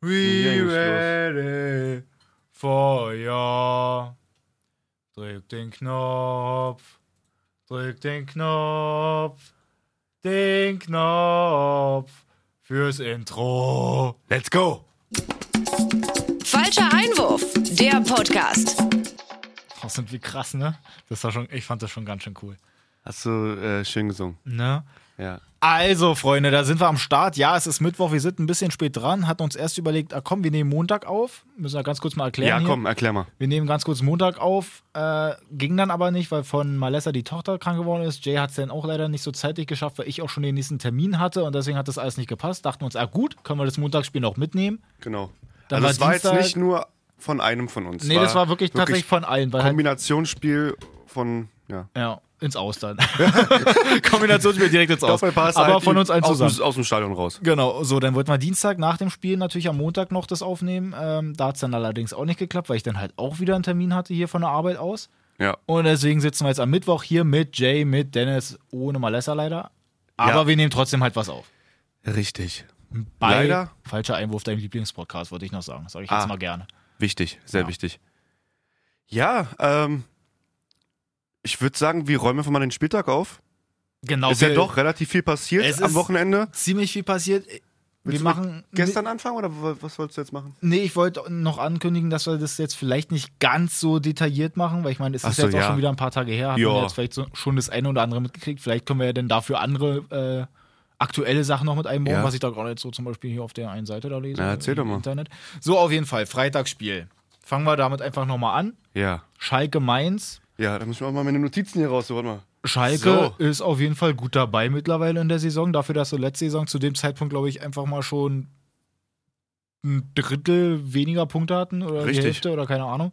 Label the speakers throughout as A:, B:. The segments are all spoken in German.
A: We
B: Regierungslos.
A: ready for ya. Drück den Knopf, drück den Knopf, den Knopf fürs Intro. Let's go!
C: Falscher Einwurf, der Podcast.
A: Oh, sind wir krass, ne? Das war schon, ich fand das schon ganz schön cool.
B: Hast du äh, schön gesungen.
A: Ne?
B: Ja.
A: Also, Freunde, da sind wir am Start. Ja, es ist Mittwoch, wir sind ein bisschen spät dran, hatten uns erst überlegt, ah komm, wir nehmen Montag auf. Müssen wir ganz kurz mal erklären.
B: Ja,
A: hier.
B: komm, erklär mal.
A: Wir nehmen ganz kurz Montag auf, äh, ging dann aber nicht, weil von Malessa die Tochter krank geworden ist. Jay hat es dann auch leider nicht so zeitig geschafft, weil ich auch schon den nächsten Termin hatte und deswegen hat das alles nicht gepasst. Dachten uns, ah gut, können wir das Montagsspiel noch mitnehmen.
B: Genau.
A: Dann
B: also
A: war
B: es war jetzt
A: Dienstag-
B: nicht nur von einem von uns.
A: Nee, das war wirklich, tatsächlich von allen, weil halt,
B: Kombinationsspiel von, ja.
A: ja, ins Aus dann. Kombinationsspiel direkt ins Aus.
B: Doppelpass
A: aber
B: halt
A: von uns allen
B: aus,
A: zusammen.
B: dem- aus dem Stadion raus.
A: Genau, so, dann wollten wir Dienstag nach dem Spiel natürlich am Montag noch das aufnehmen. Ähm, da hat es dann allerdings auch nicht geklappt, weil ich dann halt auch wieder einen Termin hatte hier von der Arbeit aus.
B: Ja.
A: Und deswegen sitzen wir jetzt am Mittwoch hier mit Jay, mit Dennis, ohne Malessa leider. Aber
B: Ja.
A: wir nehmen trotzdem halt was auf.
B: Richtig.
A: Bei
B: Leider.
A: Falscher Einwurf, dein Lieblingspodcast, wollte ich noch sagen. Sage ich
B: Ah.
A: jetzt mal gerne.
B: Wichtig, sehr
A: Ja.
B: wichtig. Ja, ähm, ich würde sagen, wir räumen einfach mal den Spieltag auf.
A: Genau.
B: ist ja
A: wir-
B: doch relativ viel passiert
A: Es
B: am
A: ist-
B: Wochenende.
A: Ziemlich viel passiert. Äh,
B: Willst
A: wir
B: du
A: machen.
B: Gestern anfangen oder wa- was wolltest du jetzt machen?
A: Nee, ich wollte noch ankündigen, dass wir das jetzt vielleicht nicht ganz so detailliert machen, weil ich meine, es
B: Ach
A: ist
B: so,
A: jetzt auch
B: ja.
A: schon wieder ein paar Tage her, haben
B: Ja.
A: wir jetzt vielleicht so, schon das eine oder andere mitgekriegt. Vielleicht können wir ja dann dafür andere äh, aktuelle Sachen noch mit einbauen,
B: Ja.
A: was ich da gerade jetzt so zum Beispiel hier auf der einen Seite da lese.
B: Na, erzähl
A: im
B: doch mal.
A: Internet. So, auf jeden Fall, Freitagsspiel. Fangen wir damit einfach nochmal an.
B: Ja.
A: Schalke Mainz.
B: Ja, da muss ich auch mal meine Notizen hier raus, warte mal.
A: Schalke
B: So.
A: ist auf jeden Fall gut dabei mittlerweile in der Saison, dafür, dass sie letzte Saison zu dem Zeitpunkt, glaube ich, einfach mal schon ein Drittel weniger Punkte hatten oder
B: Richtig.
A: die Hälfte oder keine Ahnung.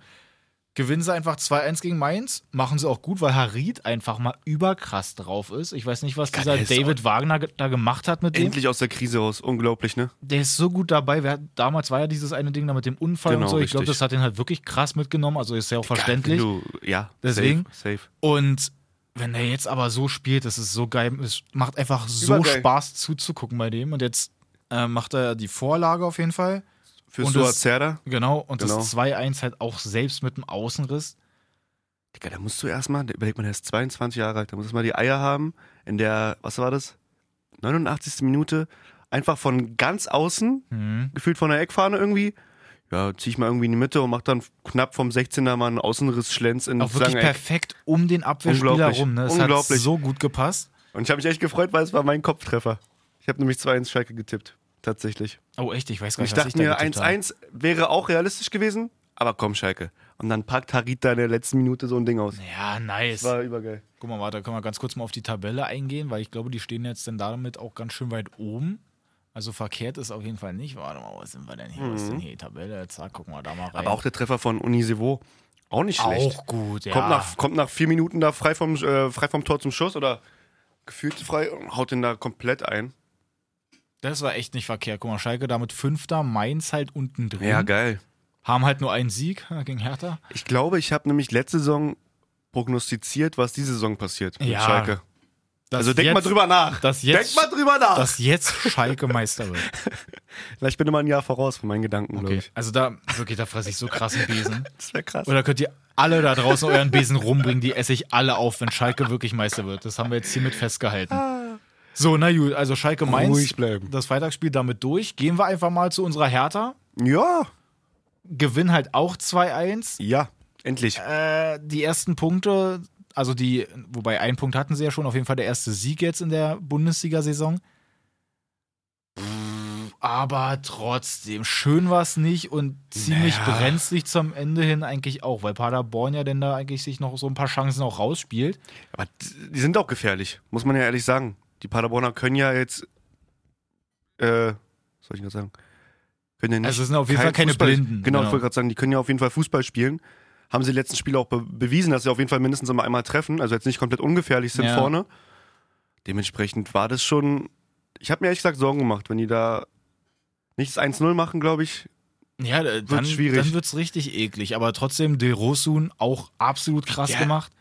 A: Gewinnen sie einfach 2-1 gegen Mainz, machen sie auch gut, weil Harid einfach mal überkrass drauf ist. Ich weiß nicht, was
B: Kann-
A: dieser
B: der ist
A: David Wagner ge- da gemacht hat mit dem.
B: Endlich aus der Krise raus, unglaublich, ne?
A: Der ist so gut dabei. Wir hatten, damals war ja dieses eine Ding da mit dem Unfall
B: Genau,
A: und so. Ich glaube,
B: richtig.
A: das hat ihn halt wirklich krass mitgenommen. Also ist ja auch verständlich.
B: Du, ja,
A: Deswegen?
B: safe. safe.
A: Und wenn er jetzt aber so spielt, das ist so geil. Es macht einfach so
B: Übergeil.
A: Spaß zuzugucken bei dem. Und jetzt äh, macht er die Vorlage auf jeden Fall.
B: Für
A: Und
B: Suat
A: das-
B: Serda.
A: Genau. Und
B: Genau.
A: das 2-1 halt auch selbst mit dem Außenriss.
B: Digga, da musst du erstmal, überleg mal, der ist 22 Jahre alt, da musst du mal die Eier haben, in der, was war das? 89. Minute, einfach von ganz außen,
A: Mhm.
B: gefühlt von der Eckfahne irgendwie. Ja, zieh ich mal irgendwie in die Mitte und mach dann knapp vom 16er mal einen Außenriss-Schlenz in
A: Auch wirklich
B: Zangeneck.
A: perfekt um den Abwehrspieler
B: Unglaublich.
A: rum. Ne? Das hat
B: Unglaublich.
A: so gut gepasst.
B: Und ich habe mich echt gefreut, weil es war mein Kopftreffer. Ich habe nämlich 2-1 Schalke getippt. Tatsächlich.
A: Oh, echt? Ich weiß gar
B: Und
A: nicht,
B: ich
A: was
B: dachte mir,
A: da getippt habe.
B: 1-1 wäre auch realistisch gewesen, aber komm, Schalke. Und dann packt Harita in der letzten Minute so ein Ding aus.
A: Ja, nice.
B: Das war übergeil.
A: Guck mal, warte, können wir ganz kurz mal auf die Tabelle eingehen, weil ich glaube, die stehen jetzt dann damit auch ganz schön weit oben. Also verkehrt ist auf jeden Fall nicht. Warte mal, was sind wir denn hier? Was ist denn hier die Tabelle? Zack, gucken wir da mal rein.
B: Mhm. Aber auch der Treffer von Unisevo, auch nicht schlecht.
A: Auch gut, ja.
B: Kommt, nach, kommt nach vier Minuten da frei vom, äh, frei vom Tor zum Schuss oder gefühlt frei und haut den da komplett ein.
A: das war echt nicht verkehrt. Guck mal, Schalke damit Fünfter, Mainz halt unten drin.
B: geil.
A: Haben halt nur einen Sieg äh, gegen Hertha.
B: Mhm. Ich glaube, ich habe nämlich letzte Saison prognostiziert, was diese Saison passiert mit
A: Ja.
B: Schalke.
A: Dass
B: Also denk
A: jetzt,
B: mal drüber nach.
A: dass jetzt-
B: denk mal drüber nach.
A: Dass jetzt Schalke Meister wird.
B: Vielleicht bin ich mal ein Jahr voraus von meinen Gedanken, glaube
A: Okay.
B: ich.
A: Also da, wirklich, da fresse ich so krassen Besen.
B: Das wäre krass.
A: Oder könnt ihr alle da draußen euren Besen rumbringen, die esse ich alle auf, wenn Schalke wirklich Meister wird. Das haben wir jetzt hiermit festgehalten. So, na gut, also Schalke Mainz.
B: Ruhig bleiben.
A: Das Freitagsspiel damit durch. Gehen wir einfach mal zu unserer Hertha.
B: ja,
A: Gewinn halt auch 2-1.
B: ja, endlich.
A: Äh, die ersten Punkte, also die, wobei einen Punkt hatten sie ja schon, auf jeden Fall der erste Sieg jetzt in der Bundesliga-Saison. Pff, Aber trotzdem, schön war es nicht und ziemlich
B: Naja.
A: brenzlig zum Ende hin eigentlich auch, weil Paderborn ja denn da eigentlich sich noch so ein paar Chancen auch rausspielt.
B: Aber d- die sind auch gefährlich, muss man ja ehrlich sagen. Die Paderborner können ja jetzt, äh, was soll ich gerade sagen? Können ja nicht
A: Also es sind auf jeden
B: kein
A: Fall keine
B: Fußball,
A: Blinden.
B: Genau,
A: Genau.
B: ich wollte gerade sagen, die können ja auf jeden Fall Fußball spielen. Haben sie die letzten Spiele auch be bewiesen, dass sie auf jeden Fall mindestens immer einmal treffen. Also jetzt nicht komplett ungefährlich sind
A: Ja.
B: vorne. Dementsprechend war das schon. Ich habe mir ehrlich gesagt Sorgen gemacht, wenn die da nicht das 1-0 machen, glaube ich.
A: Ja, äh, dann,
B: schwierig.
A: dann wird es richtig eklig. Aber trotzdem, De Rosun auch absolut krass
B: Ja.
A: gemacht.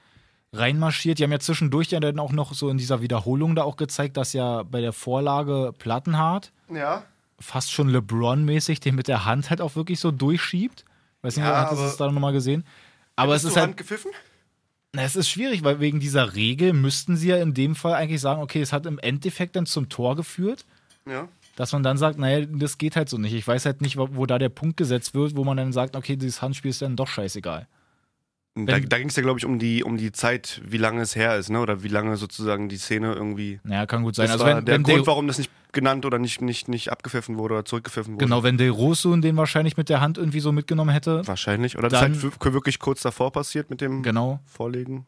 A: Reinmarschiert. Die haben ja zwischendurch ja dann auch noch so in dieser Wiederholung da auch gezeigt, dass ja bei der Vorlage Plattenhardt
B: Ja.
A: fast schon LeBron-mäßig den mit der Hand halt auch wirklich so durchschiebt. Weiß nicht,
B: Ja,
A: hattest du
B: aber-
A: es da nochmal gesehen? Aber es
B: Hast
A: ist
B: du
A: halt.
B: Hand gepfiffen?
A: Na, es ist schwierig, weil wegen dieser Regel müssten sie ja in dem Fall eigentlich sagen, okay, es hat im Endeffekt dann zum Tor geführt,
B: Ja.
A: dass man dann sagt, naja, das geht halt so nicht. Ich weiß halt nicht, wo, wo da der Punkt gesetzt wird, wo man dann sagt, okay, dieses Handspiel ist dann doch scheißegal.
B: Und Da,
A: Wenn-
B: da ging es ja, glaube ich, um die, um die Zeit, wie lange es her ist, ne? Oder wie lange sozusagen die Szene irgendwie.
A: Naja, kann gut sein.
B: Das
A: also
B: war
A: wenn,
B: der
A: wenn
B: Grund,
A: De,
B: warum das nicht genannt oder nicht, nicht, nicht abgepfiffen wurde oder zurückgepfiffen wurde.
A: genau, wenn Del Rosso den wahrscheinlich mit der Hand irgendwie so mitgenommen hätte,
B: Wahrscheinlich. Oder das
A: Dann-
B: ist halt wir- wirklich kurz davor passiert mit dem
A: genau.
B: Vorlegen.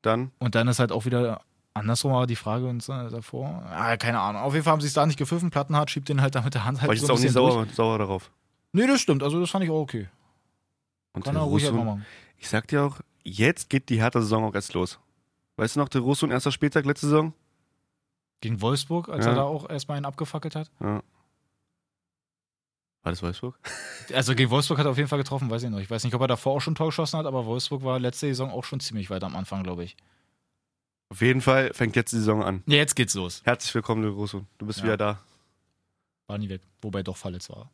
B: Dann.
A: Und dann ist halt auch wieder andersrum, aber die Frage uns äh, davor. Ah, keine Ahnung. Auf jeden Fall haben sie es da nicht gepfiffen. Plattenhardt schiebt den halt da mit der Hand halt
B: War ich
A: so
B: jetzt
A: ein
B: auch nicht
A: bisschen durch.
B: sauer, sauer darauf.
A: Nee, das stimmt. Also das fand ich auch okay.
B: Und
A: Kann
B: der
A: er ruhig
B: Russo-
A: einfach machen.
B: Ich sag dir auch, jetzt geht die härte Saison auch erst los. Weißt du noch, der Russo und erster Spieltag letzte Saison?
A: Gegen Wolfsburg, als
B: Ja.
A: er da auch erstmal einen abgefackelt hat.
B: War das Wolfsburg?
A: Also gegen Wolfsburg hat er auf jeden Fall getroffen, weiß ich noch. Ich weiß nicht, ob er davor auch schon ein Tor geschossen hat, aber Wolfsburg war letzte Saison auch schon ziemlich weit am Anfang, glaube ich.
B: Auf jeden Fall fängt jetzt die Saison an.
A: Ja, jetzt geht's los.
B: Herzlich willkommen, der Russo. Du bist
A: Ja.
B: wieder da.
A: War nie weg, wobei doch verletzt war.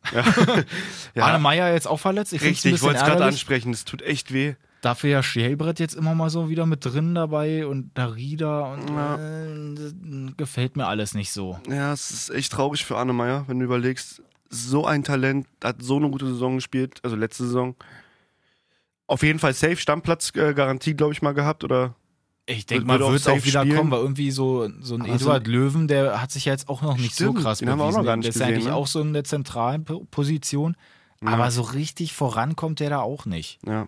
B: Ja.
A: Arne Meyer jetzt auch verletzt. Ich find's
B: Richtig,
A: ein
B: ich
A: bisschen
B: wollte es gerade
A: ärgerlich.
B: ansprechen. Es tut echt weh.
A: Dafür ja Schälbrett jetzt immer mal so wieder mit drin dabei und Darida und
B: Ja.
A: äh, das gefällt mir alles nicht so.
B: Ja, es ist echt traurig für Arne Meyer, wenn du überlegst, so ein Talent, hat so eine gute Saison gespielt, also letzte Saison. Auf jeden Fall safe Stammplatzgarantie, glaube ich, mal gehabt oder
A: Ich denke
B: Wird-
A: mal,
B: wird auch
A: wird auch
B: safe
A: wieder
B: spielen.
A: kommen, weil irgendwie so, so ein
B: Aber so
A: Eduard Löwen, der hat sich ja jetzt auch noch nicht
B: Stimmt,
A: so krass
B: den haben wir auch noch gar nicht
A: Der ist ja
B: gesehen,
A: eigentlich
B: ne?
A: auch so in der zentralen Po- Position. Aber so richtig vorankommt der da auch nicht.
B: ja.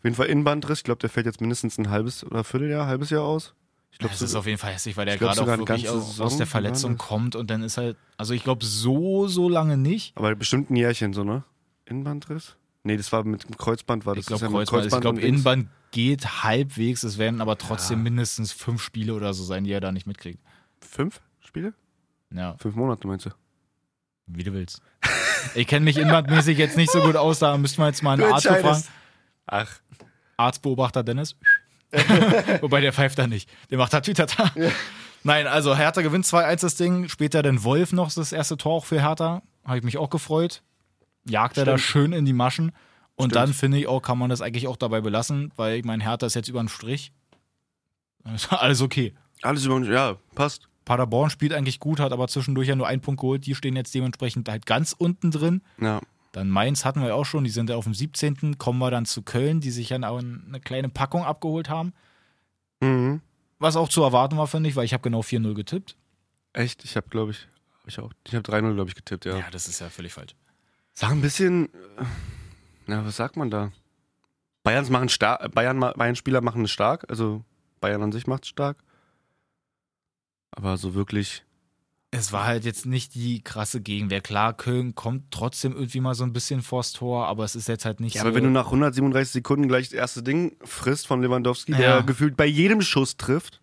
B: Auf jeden Fall Innenbandriss, ich glaube, der fällt jetzt mindestens ein halbes oder Vierteljahr, halbes Jahr aus. Ich glaube,
A: Das ist auf jeden Fall hässlich, weil der
B: ich glaub,
A: gerade auch
B: sogar eine
A: wirklich
B: ganze
A: aus, aus
B: Saison
A: der Verletzung
B: war das.
A: kommt und dann ist halt, also ich glaube, so, so lange nicht.
B: aber bestimmt ein Jährchen so, ne? Innenbandriss? Nee, das war mit dem Kreuzband war das.
A: Ich glaube,
B: das ist ja mit
A: Kreuzband, ich glaube,
B: und Dings.
A: Innenband geht halbwegs. Es werden aber trotzdem mindestens fünf Spiele oder so sein, die er da nicht mitkriegt.
B: Fünf Spiele?
A: Ja,
B: Fünf Monate meinst du?
A: wie du willst. Ich kenne mich innenbandmäßig jetzt nicht so gut aus, da müssten wir jetzt mal einen Arzt fragen.
B: Ach.
A: Arztbeobachter Dennis. Wobei der pfeift da nicht. Der macht da Tütata. Nein, also Hertha gewinnt 2-1 das Ding. Später dann Wolf noch das erste Tor auch für Hertha. Habe ich mich auch gefreut. Jagt er da
B: Stimmt.
A: schön in die Maschen. Und
B: Stimmt.
A: dann finde ich auch, kann man das eigentlich auch dabei belassen, weil ich meine, Hertha ist jetzt über den Strich. Ist Alles okay.
B: Alles über ja, passt.
A: Paderborn spielt eigentlich gut, hat aber zwischendurch ja nur einen Punkt geholt. Die stehen jetzt dementsprechend halt ganz unten drin.
B: Ja.
A: Dann Mainz hatten wir auch schon, die sind ja auf dem 17. Kommen wir dann zu Köln, die sich ja auch eine kleine Packung abgeholt haben.
B: Mhm.
A: Was auch zu erwarten war, finde ich, weil ich habe genau 4-0 getippt.
B: Echt? Ich habe, glaube ich, hab ich auch. Ich habe 3-0, glaube ich, getippt, ja.
A: das ist ja völlig falsch.
B: Sag ein bisschen. äh, Na, was sagt man da? Bayerns machen stark. Bayern, ma- Bayern-Spieler machen es stark. Also Bayern an sich macht es stark. Aber so wirklich.
A: Es war halt jetzt nicht die krasse Gegenwehr. Klar, Köln kommt trotzdem irgendwie mal so ein bisschen vors Tor, aber es ist jetzt halt nicht
B: Ja,
A: so.
B: aber wenn du nach 137 Sekunden gleich das erste Ding frisst von Lewandowski,
A: Ja.
B: der gefühlt bei jedem Schuss trifft.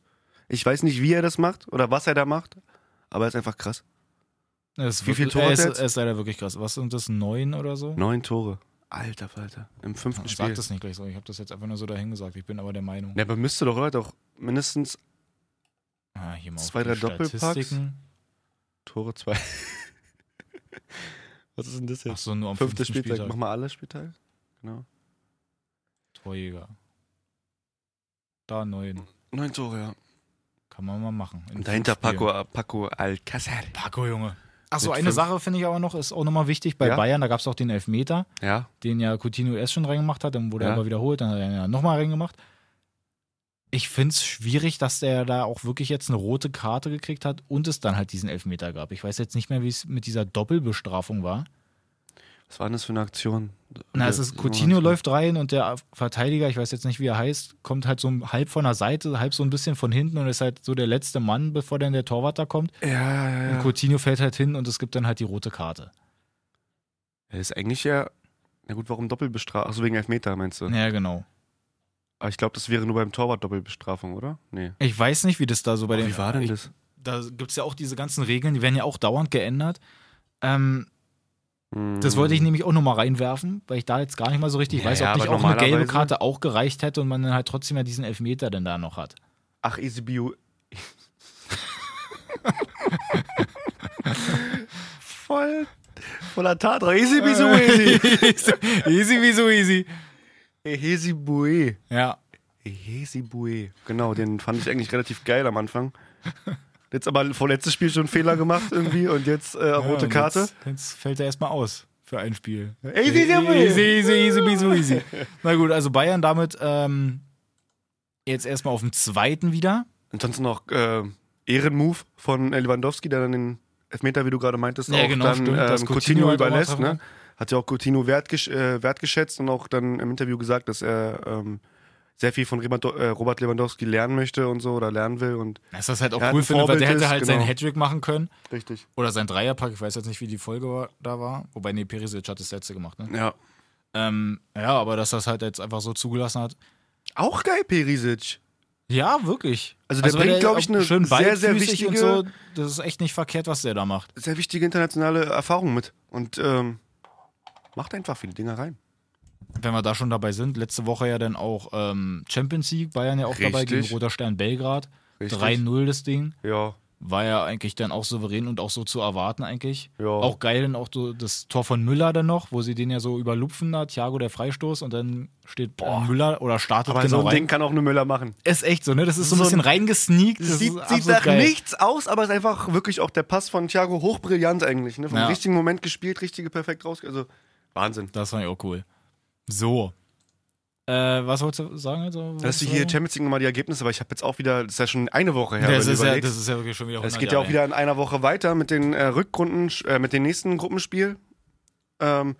B: Ich weiß nicht, wie er das macht oder was er da macht, aber er ist einfach krass.
A: es
B: wie viel
A: wirklich-
B: Tore
A: äh, es,
B: jetzt?
A: es ist leider wirklich krass. Was sind das? Neun oder so?
B: Neun Tore. Alter Falter. Im fünften
A: Ich
B: Spiel.
A: sag das nicht gleich so. Ich habe das jetzt einfach nur so dahin gesagt. Ich bin aber der Meinung.
B: Na, aber müsste doch heute auch mindestens
A: Ah, hier mal auf
B: Zwei,
A: die
B: drei Doppelpacks.
A: Statistiken.
B: Tore 2. Was ist denn das
A: Ach so, nur am
B: Fünfter
A: fünften
B: Spieltag.
A: Spieltag.
B: Mach mal alle Spieltag. Genau.
A: Torjäger. Da neun.
B: Neun Tore, ja.
A: Kann man mal machen. In
B: Und dahinter
A: fünf Spielen.
B: Paco, Paco Alcázar.
A: Paco, Junge. Achso,
B: Mit
A: eine
B: fünf.
A: Sache finde ich aber noch, ist auch nochmal wichtig. Bei
B: Ja?
A: Bayern, da gab es auch den Elfmeter.
B: Ja.
A: den ja Coutinho erst schon reingemacht hat, dann wurde
B: Ja.
A: er aber wiederholt, dann hat er ihn ja nochmal reingemacht. Ich finde es schwierig, dass der da auch wirklich jetzt eine rote Karte gekriegt hat und es dann halt diesen Elfmeter gab. Ich weiß jetzt nicht mehr, wie es mit dieser Doppelbestrafung war.
B: Was war denn das für eine Aktion?
A: Na, es ist, Coutinho läuft rein und der Verteidiger, ich weiß jetzt nicht, wie er heißt, kommt halt so halb von der Seite, halb so ein bisschen von hinten und ist halt so der letzte Mann, bevor dann der Torwart da kommt.
B: Ja, ja, ja.
A: Und
B: ja.
A: Coutinho fällt halt hin und es gibt dann halt die rote Karte.
B: Er ist eigentlich ja. Na gut, warum Doppelbestrafung? Achso, wegen Elfmeter meinst du?
A: Ja, genau.
B: Aber ich glaube, das wäre nur beim Torwart Doppelbestrafung, oder? Nee.
A: Ich weiß nicht, wie das da so bei den
B: wie war denn
A: ich
B: das?
A: da gibt es ja auch diese ganzen Regeln, die werden ja auch dauernd geändert. Ähm,
B: Hm.
A: das wollte ich nämlich auch nochmal reinwerfen, weil ich da jetzt gar nicht mal so richtig weiß,
B: Naja,
A: ob nicht
B: aber
A: auch eine gelbe
B: normalerweise-
A: Karte auch gereicht hätte und man dann halt trotzdem ja diesen Elfmeter denn da noch hat.
B: Ach, ECBU. voll voller Tatrach. Easy wie so easy.
A: easy wie so easy.
B: Ehesi Bue.
A: Ja.
B: Ehesi Bue. Genau, den fand ich eigentlich relativ geil am Anfang. Jetzt aber vorletztes Spiel schon Fehler gemacht irgendwie und jetzt äh, rote
A: Ja, und
B: Karte.
A: Jetzt, jetzt fällt er erstmal aus für ein Spiel.
B: Easy,
A: easy, easy, easy, easy, easy. Na gut, also Bayern damit ähm, jetzt erstmal auf dem zweiten wieder.
B: Ansonsten noch äh, Ehrenmove von äh, Lewandowski, der dann den Elfmeter, wie du gerade meintest,
A: Ja,
B: auch
A: genau,
B: dann
A: stimmt, dass
B: ähm,
A: Coutinho
B: Coutinho
A: halt auch mal
B: überlässt.
A: treffen
B: Ne? Hat ja auch Coutinho wertgesch äh, wertgeschätzt und auch dann im Interview gesagt, dass er ähm, sehr viel von Rebat- äh, Robert Lewandowski lernen möchte und so oder lernen will. Und
A: Das ist halt auch
B: Ja,
A: cool
B: ein
A: finde, weil der
B: Vorbild
A: hätte
B: ist,
A: halt
B: genau.
A: seinen Hattrick machen können.
B: Richtig.
A: Oder sein Dreierpack, ich weiß jetzt nicht, wie die Folge war, da war. Wobei, nee, Perisic hat das letzte gemacht, ne?
B: Ja.
A: Ähm, ja, aber dass das halt jetzt einfach so zugelassen hat.
B: Auch geil, Perisic.
A: Ja, wirklich.
B: Also der
A: wenn
B: bringt,
A: der
B: glaub ich,
A: auch
B: eine
A: schön
B: sehr, sehr
A: weitfüßig und
B: wichtige-
A: so, das ist echt nicht verkehrt, was der da macht.
B: Sehr wichtige internationale Erfahrung mit. Und ähm, macht einfach viele Dinge rein.
A: Wenn wir da schon dabei sind, letzte Woche ja dann auch ähm, Champions League, Bayern ja auch dabei
B: Richtig.
A: gegen Roter Stern Belgrad.
B: Richtig.
A: 3-0 das Ding.
B: Ja.
A: War ja eigentlich dann auch souverän und auch so zu erwarten eigentlich.
B: Ja.
A: Auch geil dann auch so das Tor von Müller dann noch, wo sie den ja so überlupfen da, Thiago der Freistoß und dann steht äh, Müller oder startet
B: Aber
A: genau
B: so ein
A: rein.
B: Ding kann auch nur Müller machen.
A: Ist echt so, ne? Das ist so ein
B: So
A: bisschen
B: ein-
A: reingesneakt. Das
B: sieht,
A: ist
B: sieht
A: absolut
B: nach
A: geil.
B: nichts aus, aber ist einfach wirklich auch der Pass von Thiago hochbrillant eigentlich. Ne? Vom
A: Ja.
B: richtigen Moment gespielt, richtige perfekt raus. Also Wahnsinn.
A: Das fand ich auch cool. So. Äh, was wolltest du sagen? Also,
B: Dass du hier Champions League nochmal die Ergebnisse, aber ich habe jetzt auch wieder, das ist ja schon eine Woche her.
A: das
B: wenn du
A: ist, ja,
B: überlegst.
A: das ist ja wirklich schon wieder
B: es
A: 100
B: geht ja auch
A: Jahre
B: wieder in einer Woche weiter mit den äh, Rückrunden, äh, mit dem nächsten Gruppenspiel. Ähm,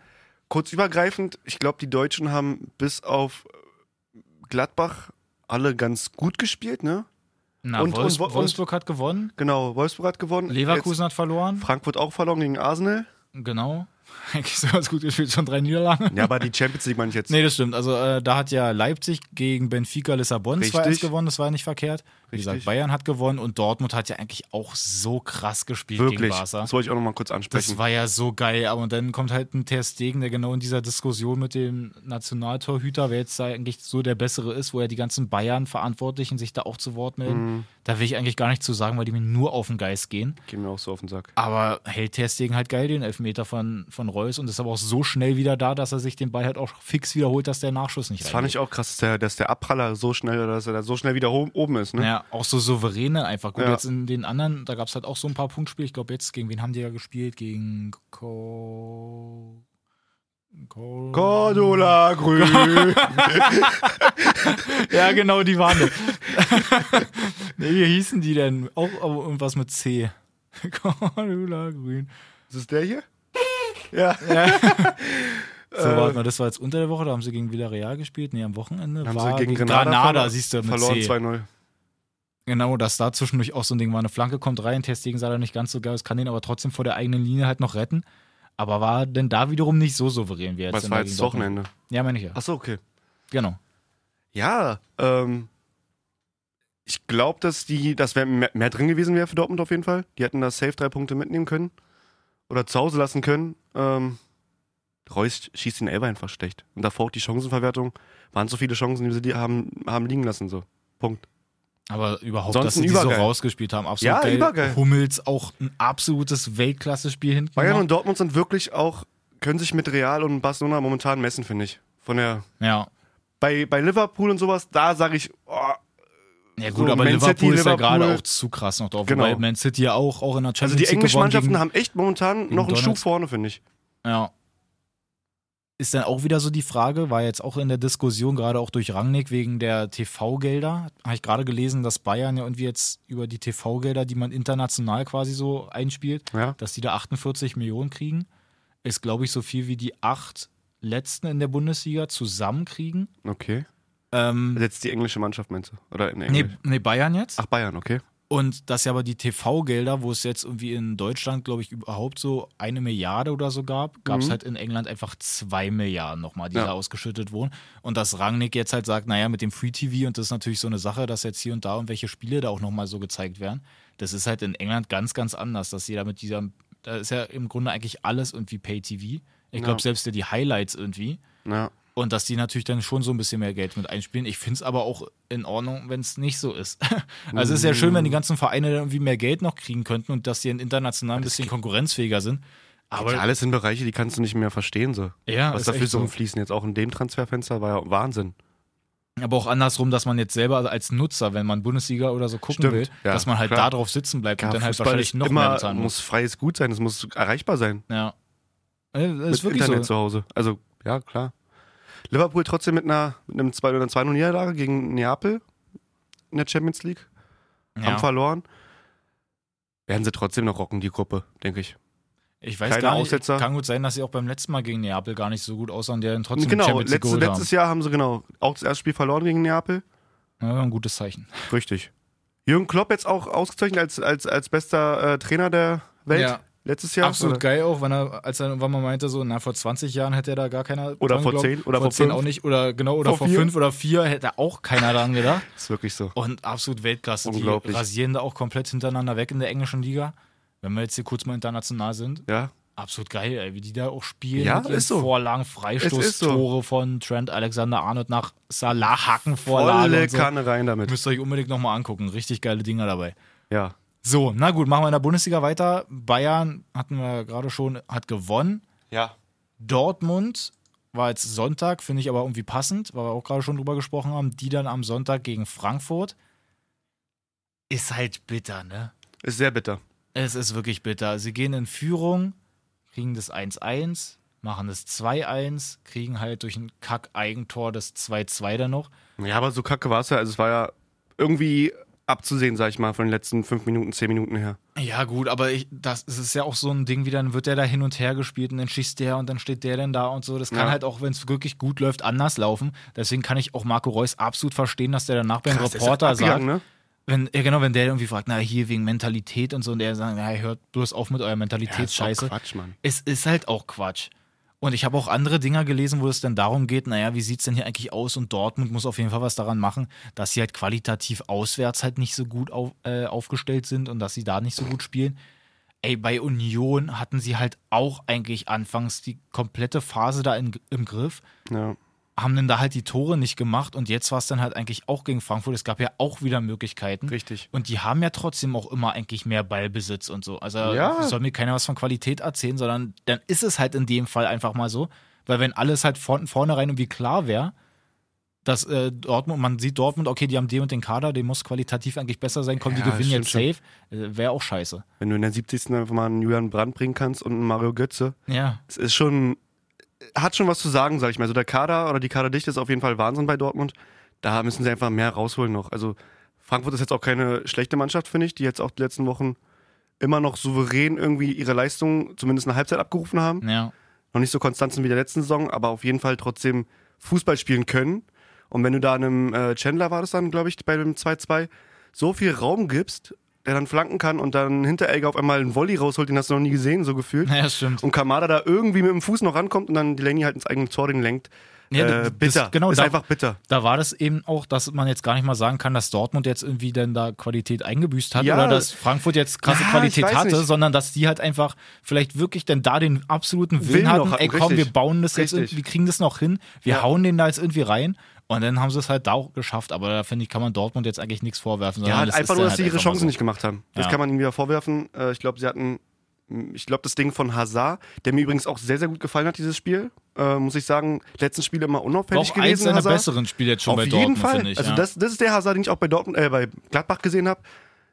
B: kurz übergreifend, ich glaube, die Deutschen haben bis auf Gladbach alle ganz gut gespielt, ne?
A: her. Na,
B: und-
A: Wolfs
B: und- und-
A: Wolfsburg hat gewonnen,
B: Genau, Wolfsburg hat gewonnen.
A: Leverkusen hat
B: Jetzt
A: verloren.
B: Frankfurt auch verloren gegen Arsenal.
A: Genau. Eigentlich so ganz gut gespielt, schon drei Niederlagen.
B: Ja, aber die Champions League meine ich jetzt.
A: Nee, das stimmt. Also äh, da hat ja Leipzig gegen Benfica Lissabon 2-1
B: Richtig.
A: gewonnen, das war nicht verkehrt. Wie gesagt,
B: Richtig.
A: Bayern hat gewonnen und Dortmund hat ja eigentlich auch so krass gespielt gegen
B: Wirklich.
A: Barca.
B: Das wollte ich auch nochmal kurz
A: Das
B: ansprechen.
A: war ja so geil, aber dann kommt halt ein Ter Stegen, der genau in dieser Diskussion mit dem Nationaltorhüter, wer jetzt da eigentlich so der Bessere ist, wo ja die ganzen Bayern-Verantwortlichen sich da auch zu Wort
B: Mhm.
A: melden. Da will ich eigentlich gar nichts zu sagen, weil die mir nur auf den Geist gehen.
B: Geht mir auch so auf den Sack.
A: Aber hält Ter Stegen halt geil den Elfmeter von, von Reus und ist aber auch so schnell wieder da, dass er sich den Ball halt auch fix wiederholt, dass der Nachschuss nicht
B: Das fand ich auch krass, dass der, dass der Abpraller so schnell, oder dass er da so schnell wieder ho- oben ist. Ne?
A: Ja, auch so souveräne einfach. Gut,
B: Ja.
A: jetzt in den anderen, da gab es halt auch so ein paar Punktspiele. Ich glaube, jetzt gegen wen haben die ja gespielt? Gegen Co. Co-
B: Cordula Grün.
A: Ja, genau, die waren das. nee, wie hießen die denn? Auch aber irgendwas mit C. Cordula Grün.
B: ist es der hier? Ja.
A: So,
B: Äh.
A: warte mal, das war jetzt unter der Woche, da haben sie gegen Villarreal gespielt. Nee, am Wochenende.
B: Haben
A: war
B: sie gegen Granada, verloren-
A: siehst du, mit
B: verloren
A: C.
B: 2-0.
A: Genau, dass da zwischendurch auch so ein Ding war. Eine Flanke kommt rein, Testegen sah da nicht ganz so geil, es kann den aber trotzdem vor der eigenen Linie halt noch retten. Aber war denn da wiederum nicht so souverän wie jetzt.
B: Was
A: denn
B: war
A: da
B: jetzt
A: gegen
B: das
A: Dortmund.
B: Wochenende?
A: Ja, meine ich ja.
B: Achso, okay.
A: Genau.
B: Ja, ähm, ich glaube, dass die, das wär mehr, mehr drin gewesen wäre für Dortmund auf jeden Fall. Die hätten da safe drei Punkte mitnehmen können. Oder zu Hause lassen können. Ähm, Reus schießt den Elber einfach schlecht. Und davor auch die Chancenverwertung. Waren so viele Chancen, die sie die haben, haben liegen lassen. So. Punkt.
A: Aber überhaupt,
B: Sonst
A: dass sie
B: ein
A: die so
B: Übergeil.
A: rausgespielt haben, absolut
B: Ja,
A: geil.
B: Übergeil.
A: Hummels auch ein absolutes Weltklasse-Spiel hinten.
B: Bayern
A: gemacht.
B: und Dortmund sind wirklich auch, können sich mit Real und Barcelona momentan messen, finde ich. Von der,
A: ja.
B: bei, bei Liverpool und sowas, da sage ich, oh,
A: Ja gut,
B: So,
A: aber
B: Man
A: Liverpool,
B: City,
A: ist ja
B: Liverpool-
A: gerade auch zu krass noch drauf.
B: Genau.
A: Wobei Man City ja auch, auch in der Champions
B: also die
A: League
B: englischen
A: gewonnen
B: Mannschaften
A: gegen,
B: haben echt momentan noch einen Schub
A: Donetsk.
B: vorne, finde ich.
A: Ja. Ist dann auch wieder so die Frage, war jetzt auch in der Diskussion, gerade auch durch Rangnick wegen der TV-Gelder. Habe ich gerade gelesen, dass Bayern ja irgendwie jetzt über die TV-Gelder, die man international quasi so einspielt,
B: Ja.
A: dass die da 48 Millionen kriegen. Ist, glaube ich, so viel wie die acht letzten in der Bundesliga zusammen kriegen.
B: Okay.
A: Ähm,
B: Jetzt die englische Mannschaft, meinst du? Oder in Englisch?
A: nee, nee, Bayern jetzt.
B: Ach, Bayern, okay.
A: Und dass ja aber die TV-Gelder, wo es jetzt irgendwie in Deutschland, glaube ich, überhaupt so eine Milliarde oder so gab, gab es halt in England einfach zwei Milliarden nochmal, die
B: Mhm. Ja.
A: da ausgeschüttet wurden. Und dass Rangnick jetzt halt sagt, naja, mit dem Free TV und das ist natürlich so eine Sache, dass jetzt hier und da und welche Spiele da auch nochmal so gezeigt werden. Das ist halt in England ganz, ganz anders, dass jeder mit dieser, da ist ja im Grunde eigentlich alles irgendwie Pay TV. Ich glaube,
B: Ja.
A: selbst die Highlights irgendwie.
B: Ja.
A: Und dass die natürlich dann schon so ein bisschen mehr Geld mit einspielen. Ich finde es aber auch in Ordnung, wenn es nicht so ist. Also es ist ja schön, wenn die ganzen Vereine dann irgendwie mehr Geld noch kriegen könnten und dass die international ein bisschen konkurrenzfähiger sind.
B: Aber
A: Aber
B: alles sind Bereiche, die kannst du nicht mehr verstehen. So.
A: ja,
B: Was
A: ist
B: da für
A: echt
B: Summen fließen jetzt auch in dem Transferfenster war ja Wahnsinn.
A: Aber auch andersrum, dass man jetzt selber als Nutzer, wenn man Bundesliga oder so gucken
B: Stimmt,
A: will,
B: ja,
A: dass man halt
B: klar.
A: da drauf sitzen bleibt
B: Ja,
A: und dann halt
B: Fußball
A: wahrscheinlich
B: ist
A: noch mehr
B: immer,
A: bezahlen muss.
B: muss freies Gut sein, es muss erreichbar sein.
A: Ja. Äh, Ist
B: mit
A: wirklich
B: Internet
A: so.
B: zu Hause. Also, ja, klar. Liverpool trotzdem mit einer, mit einem 2 einer 2-0 Niederlage gegen Neapel in der Champions League. Haben
A: Ja.
B: verloren. Werden sie trotzdem noch rocken, die Gruppe, denke ich.
A: Ich weiß
B: keine
A: gar nicht,
B: Aussetzer.
A: kann gut sein, dass sie auch beim letzten Mal gegen Neapel gar nicht so gut aussahen, die dann trotzdem die
B: genau,
A: Champions League
B: letzte,
A: geholt haben.
B: letztes Jahr haben sie genau auch das erste Spiel verloren gegen Neapel.
A: Ja, ein gutes Zeichen.
B: Richtig. Jürgen Klopp jetzt auch ausgezeichnet als, als, als bester äh, Trainer der Welt
A: Ja.
B: letztes Jahr.
A: Absolut
B: oder?
A: geil auch, wenn er, als er irgendwann mal meinte, so, na, vor 20 Jahren hätte er da gar keiner.
B: Oder
A: dran
B: vor
A: geglaubt.
B: 10 oder vor
A: 10
B: fünf.
A: auch nicht, oder genau, oder
B: Vor
A: vor
B: vier.
A: 5 oder 4 hätte auch keiner dran gedacht.
B: Ist wirklich so.
A: Und absolut Weltklasse. Die
B: Unglaublich.
A: rasieren da auch komplett hintereinander weg in der englischen Liga. Wenn wir jetzt hier kurz mal international sind,
B: Ja,
A: absolut geil, ey, wie die da auch spielen.
B: Ja,
A: mit ihren
B: ist so.
A: Vorlagen,
B: Es ist so.
A: Freistoß-Tore von Trent Alexander-Arnold nach Salah, Hackenvorlage.
B: volle
A: Und so.
B: Kanne rein damit.
A: Müsst ihr euch unbedingt nochmal angucken. Richtig geile Dinger dabei.
B: Ja.
A: So, na gut, machen wir in der Bundesliga weiter. Bayern hatten wir gerade schon, hat gewonnen.
B: Ja.
A: Dortmund war jetzt Sonntag, finde ich aber irgendwie passend, weil wir auch gerade schon drüber gesprochen haben. Die dann am Sonntag gegen Frankfurt. Ist halt bitter, ne?
B: Ist sehr bitter.
A: Es ist wirklich bitter. Sie gehen in Führung, kriegen das 1-1, machen das 2-1, kriegen halt durch ein Kack-Eigentor das 2-2 dann noch.
B: Ja, aber so kacke war es ja. Also es war ja irgendwie abzusehen, sag ich mal, von den letzten fünf Minuten, zehn Minuten her.
A: Ja, gut, aber ich, das, es ist ja auch so ein Ding, wie dann wird der da hin und her gespielt und dann schießt der und dann steht der dann da und so. Das kann
B: Ja.
A: halt auch, wenn es wirklich gut läuft, anders laufen. Deswegen kann ich auch Marco Reus absolut verstehen, dass der danach beim
B: Krass,
A: Reporter
B: ist abgegangen,
A: sagt,
B: ne?
A: wenn, ja genau, wenn der irgendwie fragt, na hier wegen Mentalität und so und der sagt, na hört bloß auf mit eurer
B: Ja, ist doch
A: Mentalitätsscheiße.
B: Quatsch, Mann.
A: es ist halt auch Quatsch. Und ich habe auch andere Dinger gelesen, wo es dann darum geht, naja, wie sieht es denn hier eigentlich aus? Und Dortmund muss auf jeden Fall was daran machen, dass sie halt qualitativ auswärts halt nicht so gut auf, äh, aufgestellt sind und dass sie da nicht so gut spielen. Ey, bei Union hatten sie halt auch eigentlich anfangs die komplette Phase da in, im Griff,
B: Ja.
A: haben dann da halt die Tore nicht gemacht und jetzt war es dann halt eigentlich auch gegen Frankfurt. Es gab ja auch wieder Möglichkeiten.
B: Richtig.
A: Und die haben ja trotzdem auch immer eigentlich mehr Ballbesitz und so. Also
B: Ja.
A: soll mir keiner was von Qualität erzählen, sondern dann ist es halt in dem Fall einfach mal so. Weil wenn alles halt von vornherein irgendwie klar wäre, dass äh, Dortmund, man sieht Dortmund, okay, die haben den und den Kader, den muss qualitativ eigentlich besser sein, komm, die
B: Ja,
A: gewinnen jetzt
B: stimmt,
A: safe, äh, wäre auch scheiße.
B: Wenn du in der 70. einfach mal einen Julian Brandt bringen kannst und einen Mario Götze,
A: Ja.
B: es ist schon, hat schon was zu sagen, sag ich mal. So der Kader oder die Kaderdichte ist auf jeden Fall Wahnsinn bei Dortmund. Da müssen sie einfach mehr rausholen noch. Also Frankfurt ist jetzt auch keine schlechte Mannschaft, finde ich, die jetzt auch die letzten Wochen immer noch souverän irgendwie ihre Leistung zumindest eine Halbzeit abgerufen haben.
A: Ja.
B: noch nicht so konstant sind wie der letzten Saison, aber auf jeden Fall trotzdem Fußball spielen können. Und wenn du da einem äh, Chandler war das dann, glaube ich, bei dem 2-2, so viel Raum gibst, der dann flanken kann und dann hinter Elga auf einmal einen Volley rausholt, den hast du noch nie gesehen, so gefühlt.
A: Naja, stimmt.
B: Und Kamada da irgendwie mit dem Fuß noch rankommt und dann Delaney halt ins eigene Tor den lenkt.
A: Ja,
B: äh,
A: das-
B: bitter.
A: genau,
B: ist
A: da-
B: einfach bitter.
A: Da war das eben auch, dass man jetzt gar nicht mal sagen kann, dass Dortmund jetzt irgendwie denn da Qualität eingebüßt hat
B: Ja.
A: oder dass Frankfurt jetzt krasse
B: Ja, ich
A: Qualität
B: weiß
A: hatte,
B: nicht.
A: sondern dass die halt einfach vielleicht wirklich denn da den absoluten Willen,
B: Willen
A: hatten,
B: noch hatten,
A: ey komm,
B: richtig.
A: wir bauen das jetzt,
B: Richtig.
A: irgendwie- wir kriegen das noch hin, wir
B: Ja.
A: hauen den da jetzt irgendwie rein und dann haben sie es halt da auch geschafft, aber da finde ich, kann man Dortmund jetzt eigentlich nichts vorwerfen.
B: Ja,
A: sondern
B: halt
A: das
B: einfach
A: ist
B: nur,
A: dann
B: dass sie
A: halt
B: ihre
A: einfach mal
B: Chancen
A: so.
B: nicht gemacht haben. Das
A: Ja.
B: kann man ihnen wieder vorwerfen. Äh, Ich glaube, sie hatten, hm, ich glaube, das Ding von Hazard, der mir übrigens auch sehr, sehr gut gefallen hat, dieses Spiel, äh, muss ich sagen, letzten Spiel immer
A: War
B: unauffällig
A: auch eins
B: gewesen.
A: seiner
B: Hazard.
A: besseren Spiele jetzt schon
B: Auf
A: bei
B: jeden
A: Dortmund,
B: Fall.
A: finde ich.
B: also
A: ja.
B: das, das ist der Hazard, den ich auch bei Dortmund, äh, bei Gladbach gesehen habe,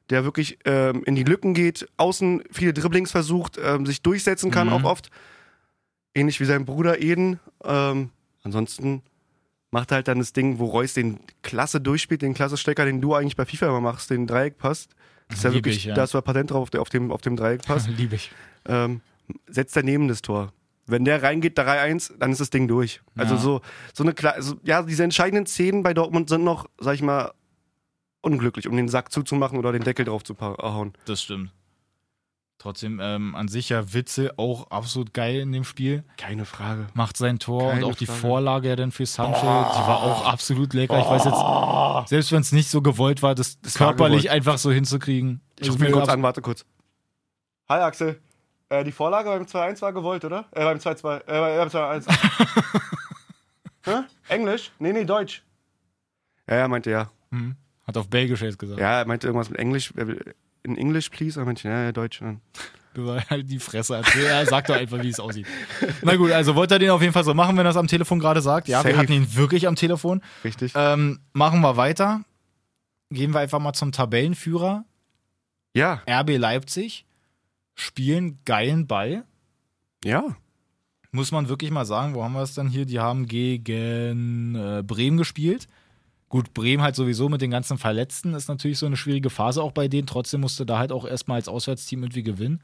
B: der wirklich ähm, in die Lücken geht, außen viele Dribblings versucht, ähm, sich durchsetzen kann
A: Mhm.
B: auch oft, ähnlich wie sein Bruder Eden. Ähm, ansonsten macht er halt dann das Ding, wo Reus den klasse durchspielt, den klasse Stecker, den du eigentlich bei FIFA immer machst, den Dreieck passt. Das ist ja
A: Lieb
B: wirklich,
A: ich, ja.
B: da ist zwar Patent drauf, der auf dem, auf dem Dreieck passt.
A: Liebe ich.
B: ähm, setzt daneben das Tor. Wenn der reingeht, 3-1, dann ist das Ding durch. Also
A: Ja.
B: so, so eine kle- also, ja, diese entscheidenden Szenen bei Dortmund sind noch, sag ich mal, unglücklich, um den Sack zuzumachen oder den Deckel drauf zu pa- äh, hauen.
A: Das stimmt. Trotzdem ähm, an sich ja Witze auch absolut geil in dem Spiel.
B: Keine Frage.
A: macht sein Tor
B: Keine
A: und auch die
B: Frage.
A: Vorlage ja dann für Sancho, die war auch absolut lecker. Ich weiß jetzt, selbst wenn es nicht so gewollt war, das,
B: Das war
A: körperlich
B: gewollt.
A: einfach so hinzukriegen.
B: Ich
A: ist
B: rufe ihn kurz
A: abs-
B: an, warte kurz. Hi Axel. Äh, die Vorlage beim 2-1 war gewollt, oder? Äh, beim 2-2. Äh, beim 2-1. Hä? Englisch? Nee, nee, Deutsch. Ja, ja, meinte ja.
A: Hm. Hat auf Belgisch jetzt gesagt.
B: Ja, er meinte irgendwas mit Englisch. äh, In English, please? Er meinte, ja, ja, Deutsch. Und
A: gesagt, halt die Fresse. Erzähl, er sagt doch einfach, wie es aussieht. Na gut, also wollte er den auf jeden Fall so machen, wenn er es am Telefon gerade sagt. Ja, wir
B: Safe.
A: hatten ihn wirklich am Telefon.
B: Richtig.
A: Ähm, machen wir weiter. Gehen wir einfach mal zum Tabellenführer.
B: Ja,
A: RB Leipzig spielen geilen Ball.
B: ja.
A: Muss man wirklich mal sagen, wo haben wir es dann hier? Die haben gegen äh, Bremen gespielt. Gut, Bremen halt sowieso mit den ganzen Verletzten ist natürlich so eine schwierige Phase auch bei denen. Trotzdem musste da halt auch erstmal als Auswärtsteam irgendwie gewinnen.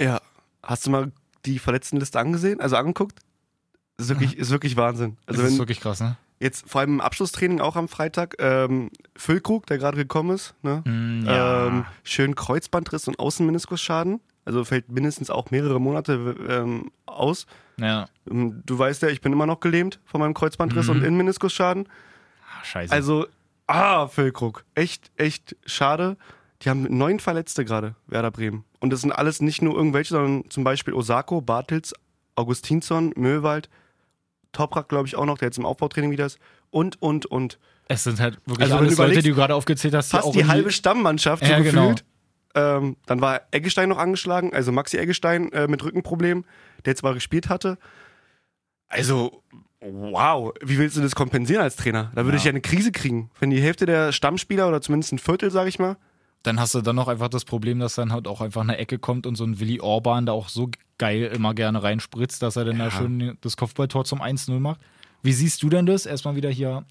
B: Ja. Hast du mal die Verletztenliste angesehen, also angeguckt? Ist wirklich, ist wirklich Wahnsinn. Also
A: das ist
B: wenn,
A: wirklich krass, ne?
B: Jetzt vor allem im Abschlusstraining auch am Freitag. Ähm, Füllkrug, der gerade gekommen ist. Ne?
A: Mm, ja.
B: ähm, schön Kreuzbandriss und Außenmeniskusschaden. Also fällt mindestens auch mehrere Monate ähm, aus.
A: Ja.
B: Ähm, Du weißt ja, ich bin immer noch gelähmt von meinem Kreuzbandriss
A: Mhm.
B: und Innenmeniskusschaden.
A: Ah, scheiße.
B: Also, ah, Füllkrug. Echt, echt schade. Die haben neun Verletzte gerade, Werder Bremen. Und das sind alles nicht nur irgendwelche, sondern zum Beispiel Osako, Bartels, Augustinsson, Möwald, Toprak, glaube ich, auch noch, der jetzt im Aufbautraining wieder ist. Und, und, und.
A: es sind halt wirklich
B: also wenn
A: alles
B: du
A: Leute,
B: überlegst,
A: die du gerade aufgezählt hast, auch
B: fast die
A: in
B: halbe Stammmannschaft so
A: Ja, genau.
B: gefühlt. Ähm, dann war Eggestein noch angeschlagen, also Maxi Eggestein äh, mit Rückenproblem, der jetzt mal gespielt hatte. Also, wow, wie willst du das kompensieren als Trainer? Da würde
A: Ja.
B: ich ja eine Krise kriegen, wenn die Hälfte der Stammspieler oder zumindest ein Viertel, sag ich mal,
A: dann hast du dann noch einfach das Problem, dass dann halt auch einfach eine Ecke kommt und so ein Willi Orban da auch so geil immer gerne reinspritzt, dass er dann da schön das Kopfballtor zum 1-0 macht. Wie siehst du denn das? Erstmal wieder hier.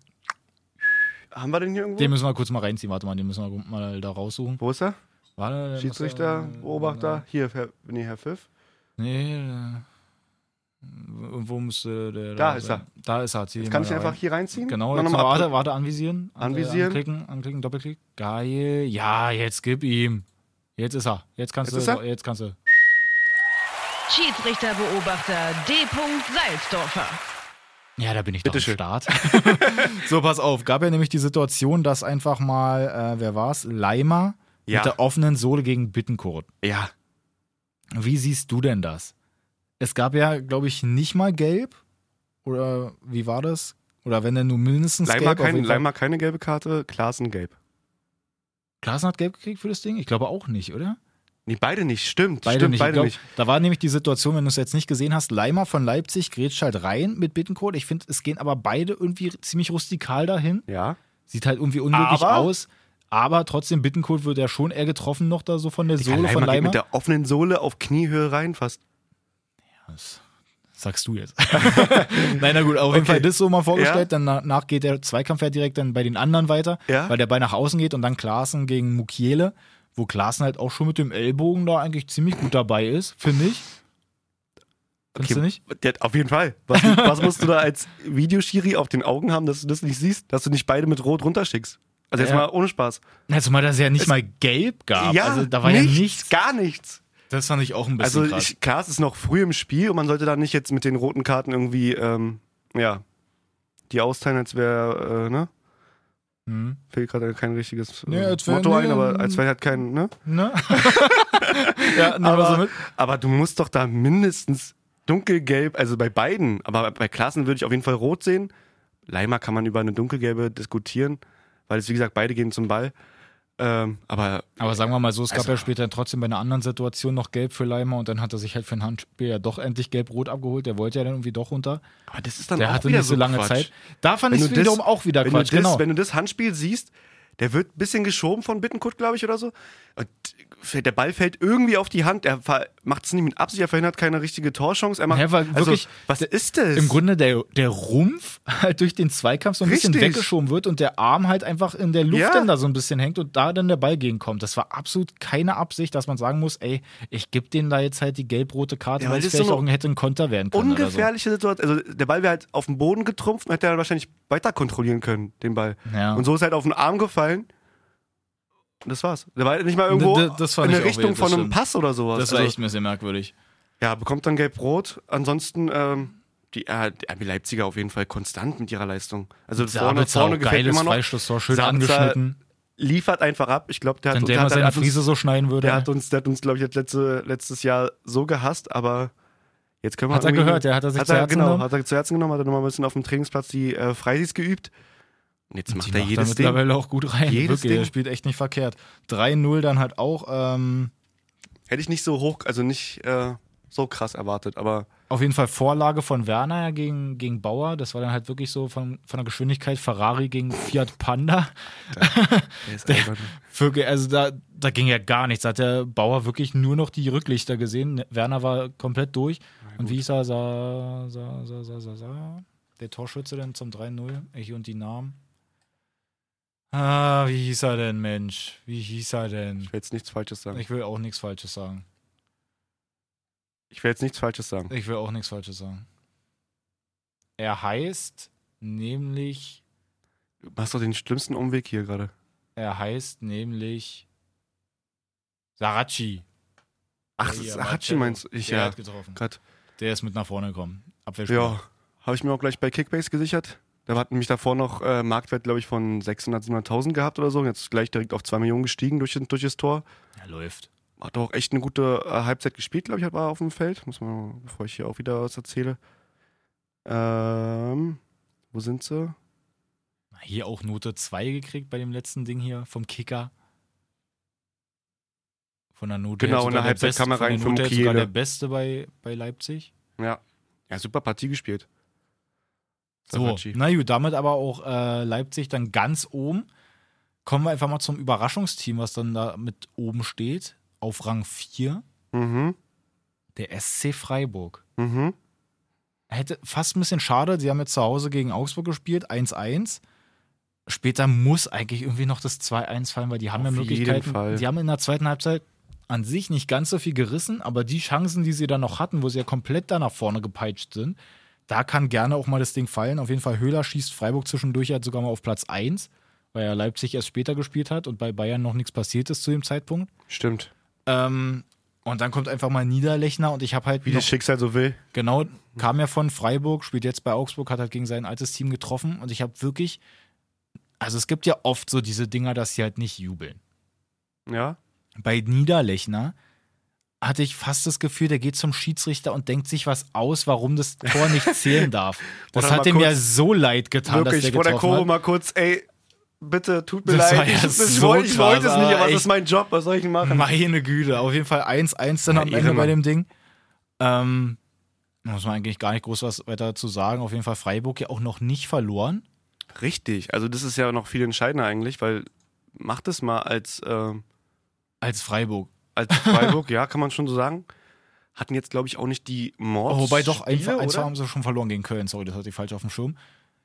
B: haben wir den hier irgendwo?
A: Den müssen wir kurz mal reinziehen. Warte mal, den müssen wir mal da raussuchen.
B: Wo ist er?
A: Warte, der muss genau.
B: Schiedsrichter,
A: da-
B: Beobachter, hier, Herr, nee, Herr Pfiff.
A: äh, Nee, da- irgendwo müsste der.
B: Da ist
A: sein. Da ist er. Zieh
B: Jetzt
A: ihn
B: kann
A: mal
B: ich ihn
A: da rein.
B: einfach hier reinziehen.
A: Genau,
B: Mach
A: jetzt
B: nochmal
A: warte,
B: ab-
A: warte, anvisieren. An-
B: Anvisieren.
A: Anklicken, anklicken, Doppelklick. Geil. Ja, jetzt gib ihm. Jetzt ist er. Jetzt kannst
B: Jetzt
A: du.
B: ist er?
A: Jetzt kannst du.
C: Schiedsrichterbeobachter D. Salzdorfer.
A: Ja, da bin ich
B: Bitte
A: doch am
B: schön.
A: Start. so, pass auf. Gab ja nämlich die Situation, dass einfach mal, äh, wer war's? Leimer
B: Ja.
A: mit der offenen Sohle gegen Bittencourt.
B: Ja,
A: Wie siehst du denn das? Es gab ja, glaube ich, nicht mal gelb. Oder wie war das? Oder wenn denn nur mindestens
B: Leimer,
A: gelb. auf
B: kein,
A: jeden Fall-
B: Leimer keine gelbe Karte, Klaassen gelb.
A: Klaassen hat gelb gekriegt für das Ding? Ich glaube auch nicht, oder?
B: Nee, beide nicht, stimmt,
A: Beide
B: stimmt,
A: nicht. Ich
B: beide
A: glaub,
B: nicht.
A: Da war nämlich die Situation, wenn du es jetzt nicht gesehen hast, Leimer von Leipzig grätscht halt rein mit Bittencourt. Ich finde, es gehen aber beide irgendwie ziemlich rustikal dahin.
B: Ja.
A: Sieht halt irgendwie unglücklich
B: Aber-
A: aus. Aber trotzdem, Bittencourt wird ja schon eher getroffen noch da so von der
B: Digga,
A: Sohle von
B: geht
A: Leimer.
B: Mit der offenen Sohle auf Kniehöhe rein fast.
A: Das sagst du jetzt. Nein, na gut, auf jeden
B: Okay.
A: Fall das so mal vorgestellt.
B: Ja.
A: Dann danach geht der Zweikampf ja direkt dann bei den anderen weiter,
B: Ja.
A: weil der Ball nach außen geht und dann Klaassen gegen Mukiele, wo Klaassen halt auch schon mit dem Ellbogen da eigentlich ziemlich gut dabei ist, finde ich. Findest du nicht?
B: Der, auf jeden Fall. Was, was musst du da als Videoschiri auf den Augen haben, dass du das nicht siehst, dass du nicht beide mit Rot runterschickst? Also jetzt
A: Ja.
B: mal ohne Spaß.
A: Na, zumal das ja nicht Also mal gelb gab. also da war ja nichts.
B: Gar nichts.
A: Das fand ich auch ein bisschen
B: Also
A: krass.
B: ich, klar, es ist noch früh im Spiel und man sollte da nicht jetzt mit den roten Karten irgendwie, ähm, ja, die austeilen, als wäre, äh, ne?
A: Hm.
B: Fällt gerade kein richtiges äh,
A: Nee, als wär-
B: Motto ein,
A: nee, ähm,
B: aber als wäre halt kein, ne?
A: Ne? ja, nehmen wir so
B: Aber,
A: mit.
B: aber du musst doch da mindestens dunkelgelb, also bei beiden, aber bei Klassen würde ich auf jeden Fall rot sehen. Leimer kann man über eine dunkelgelbe diskutieren, weil es, wie gesagt, beide gehen zum Ball. Ähm, aber
A: Aber sagen wir mal so, es gab
B: Also-
A: ja später trotzdem bei einer anderen Situation noch gelb für Leimer und dann hat er sich halt für ein Handspiel ja doch endlich gelb-rot abgeholt. Der wollte ja dann irgendwie doch runter.
B: aber das ist dann
A: Der
B: auch
A: hatte
B: wieder
A: nicht so lange
B: Quatsch.
A: Zeit. Da fand
B: Wenn
A: ich
B: du
A: es
B: das-
A: wiederum auch wieder
B: Wenn
A: Quatsch,
B: du das,
A: genau.
B: Wenn du das Handspiel siehst, der wird ein bisschen geschoben von Bittenkurt, glaube ich, oder so. Und fällt- der Ball fällt irgendwie auf die Hand. Er ver- macht es nicht mit Absicht, er verhindert keine richtige Torchance. Er macht,
A: Ja, weil wirklich,
B: also, was ist das?
A: Im Grunde der, der Rumpf halt durch den Zweikampf so ein bisschen
B: Richtig.
A: weggeschoben wird und der Arm halt einfach in der Luft
B: Ja.
A: dann da so ein bisschen hängt und da dann der Ball gegenkommt. Das war absolut keine Absicht, dass man sagen muss, ey, ich gebe denen da jetzt halt die gelb-rote Karte,
B: Ja,
A: weil
B: weil
A: es
B: das ist
A: vielleicht
B: so
A: auch ein, hätte ein Konter werden können. Oder
B: ungefährliche Situation. Also der Ball wäre halt auf den Boden getrumpft und hätte er wahrscheinlich weiter kontrollieren können, den Ball.
A: so. Ja.
B: Und so ist er halt auf den Arm gefallen. Und das war's. Der war halt nicht mal irgendwo
A: D- d- das fand
B: in
A: ich
B: der
A: auch
B: Richtung
A: weird,
B: von
A: das
B: einem
A: stimmt.
B: Pass oder sowas.
A: das war
B: Also,
A: echt ein bisschen merkwürdig.
B: Ja, bekommt dann gelb-rot. Ansonsten ähm, die, äh, die RB Leipziger auf jeden Fall konstant mit ihrer Leistung. Also vorne,
A: Sabitzer
B: vorne
A: auch
B: gefällt mir
A: geiles
B: immer noch.
A: Freistoßtor, schön
B: Sabitzer
A: angeschnitten.
B: Liefert einfach ab. Ich glaube, der hat,
A: Wenn der
B: der
A: mal
B: hat,
A: seine
B: hat uns,
A: Friese so schneiden würde.
B: der
A: halt Hat,
B: hat uns, der hat uns, glaube ich, jetzt letzte, letztes Jahr so gehasst, aber jetzt können wir
A: er
B: irgendwie-
A: gehört, der hat er sich
B: Hat
A: zu
B: er,
A: Herzen
B: genau,
A: genommen.
B: hat er zu Herzen genommen, hat er nochmal ein bisschen auf dem Trainingsplatz die äh, Freisis geübt. Und jetzt macht
A: Die
B: er
A: macht
B: jedes
A: da
B: Ding.
A: mittlerweile auch gut rein.
B: Jedes
A: Wirklich,
B: Ding.
A: der spielt echt nicht verkehrt. 3-0 dann halt auch ähm,
B: Hätte ich nicht so hoch, also nicht äh, so krass erwartet, aber
A: Auf jeden Fall Vorlage von Werner gegen, gegen Bauer. Das war dann halt wirklich so von, von der Geschwindigkeit Ferrari gegen Fiat Panda.
B: der ist einfach nur-
A: Wirklich, also da, da ging ja gar nichts. Da hat der Bauer wirklich nur noch die Rücklichter gesehen. Werner war komplett durch. Und wie ich sah, sah, sah, sah, sah, sah, sah. Der Torschütze dann zum 3-0. Ich und die Namen. Ah, wie hieß er denn, Mensch? Wie hieß er denn?
B: ich will jetzt nichts Falsches sagen. Ich,
A: Ich will auch nichts Falsches sagen.
B: will jetzt nichts Falsches sagen.
A: Ich will auch nichts Falsches sagen. Er heißt nämlich,
B: Du machst doch den schlimmsten Umweg hier gerade.
A: er heißt nämlich Sarachi.
B: Ach,
A: Ja,
B: ja,
A: ja,
B: Hachi meinst du? Ich,
A: Der
B: ja,
A: hat getroffen.
B: Gott.
A: Der ist mit nach vorne gekommen. Abwehrspieler.
B: Ja, habe ich mir auch gleich bei Kickbase gesichert. Da hatten mich davor noch äh, Marktwert, glaube ich, von 600.000, 700.000 gehabt oder so. Und jetzt gleich direkt auf 2 Millionen gestiegen durch, den- durch das Tor.
A: Ja, läuft.
B: Hat auch echt eine gute äh, Halbzeit gespielt, glaube ich, war auf dem Feld. Muss man, bevor ich hier auch wieder was erzähle. Ähm, wo sind sie?
A: Hier auch Note 2 gekriegt bei dem letzten Ding hier vom Kicker. Von der Note
B: Genau,
A: her
B: in der
A: sogar
B: Halbzeit
A: Beste-
B: kam
A: von
B: er
A: der
B: rein ne? für
A: Note her sogar
B: Mukiele.
A: der Beste bei, bei Leipzig.
B: Ja. Ja, super Partie gespielt.
A: So,
B: Safaci.
A: na gut, damit aber auch äh, Leipzig dann ganz oben. Kommen wir einfach mal zum Überraschungsteam, was dann da mit oben steht. Auf Rang 4,
B: Mhm,
A: der SC Freiburg.
B: mhm.
A: Hätte fast ein bisschen schade, sie haben jetzt zu Hause gegen Augsburg gespielt, 1-1. Später muss eigentlich irgendwie noch das 2-1 fallen, weil die haben
B: Auf
A: ja
B: jeden
A: Möglichkeiten.
B: Fall.
A: Die haben in der zweiten Halbzeit an sich nicht ganz so viel gerissen, aber die Chancen, die sie dann noch hatten, wo sie ja komplett da nach vorne gepeitscht sind, da kann gerne auch mal das Ding fallen. Auf jeden Fall Höhler schießt Freiburg zwischendurch halt sogar mal auf Platz 1, weil ja Leipzig erst später gespielt hat und bei Bayern noch nichts passiert ist zu dem Zeitpunkt.
B: Stimmt.
A: Ähm, und dann kommt einfach mal Niederlechner und ich habe halt
B: Wie
A: noch
B: das Schicksal so will.
A: Genau, kam ja von Freiburg, spielt jetzt bei Augsburg, hat halt gegen sein altes Team getroffen und ich habe wirklich, also es gibt ja oft so diese Dinger, dass sie halt nicht jubeln.
B: Ja.
A: Bei Niederlechner hatte ich fast das Gefühl, der geht zum Schiedsrichter und denkt sich was aus, warum das Tor nicht zählen darf. Das
B: Oder
A: hat
B: mal
A: ihm ja
B: kurz-
A: so leid getan, dass
B: Wirklich,
A: der
B: vor der
A: getroffen
B: Kurve
A: hat.
B: mal kurz, ey, bitte, tut mir
A: Das war
B: leid.
A: ja
B: ich ich,
A: so
B: wollte- ich wollte es
A: krass,
B: nicht,
A: aber
B: aber es
A: echt.
B: ist mein Job, was soll ich denn machen?
A: Meine Güte, auf jeden Fall 1-1 dann
B: Ja,
A: am
B: irre,
A: Ende bei
B: Mann.
A: dem Ding. Ähm, muss man eigentlich gar nicht groß was weiter zu sagen. Auf jeden Fall Freiburg ja auch noch nicht verloren.
B: Richtig, also das ist ja noch viel entscheidender eigentlich, weil macht es mal als, äh,
A: Als Freiburg.
B: als Freiburg, ja, kann man schon so sagen. Hatten jetzt, glaube ich, auch nicht die Mords.
A: Oh, wobei doch, ein,
B: Spiele,
A: eins
B: oder?
A: haben sie schon verloren gegen Köln. Sorry, das hatte ich falsch auf dem Schirm.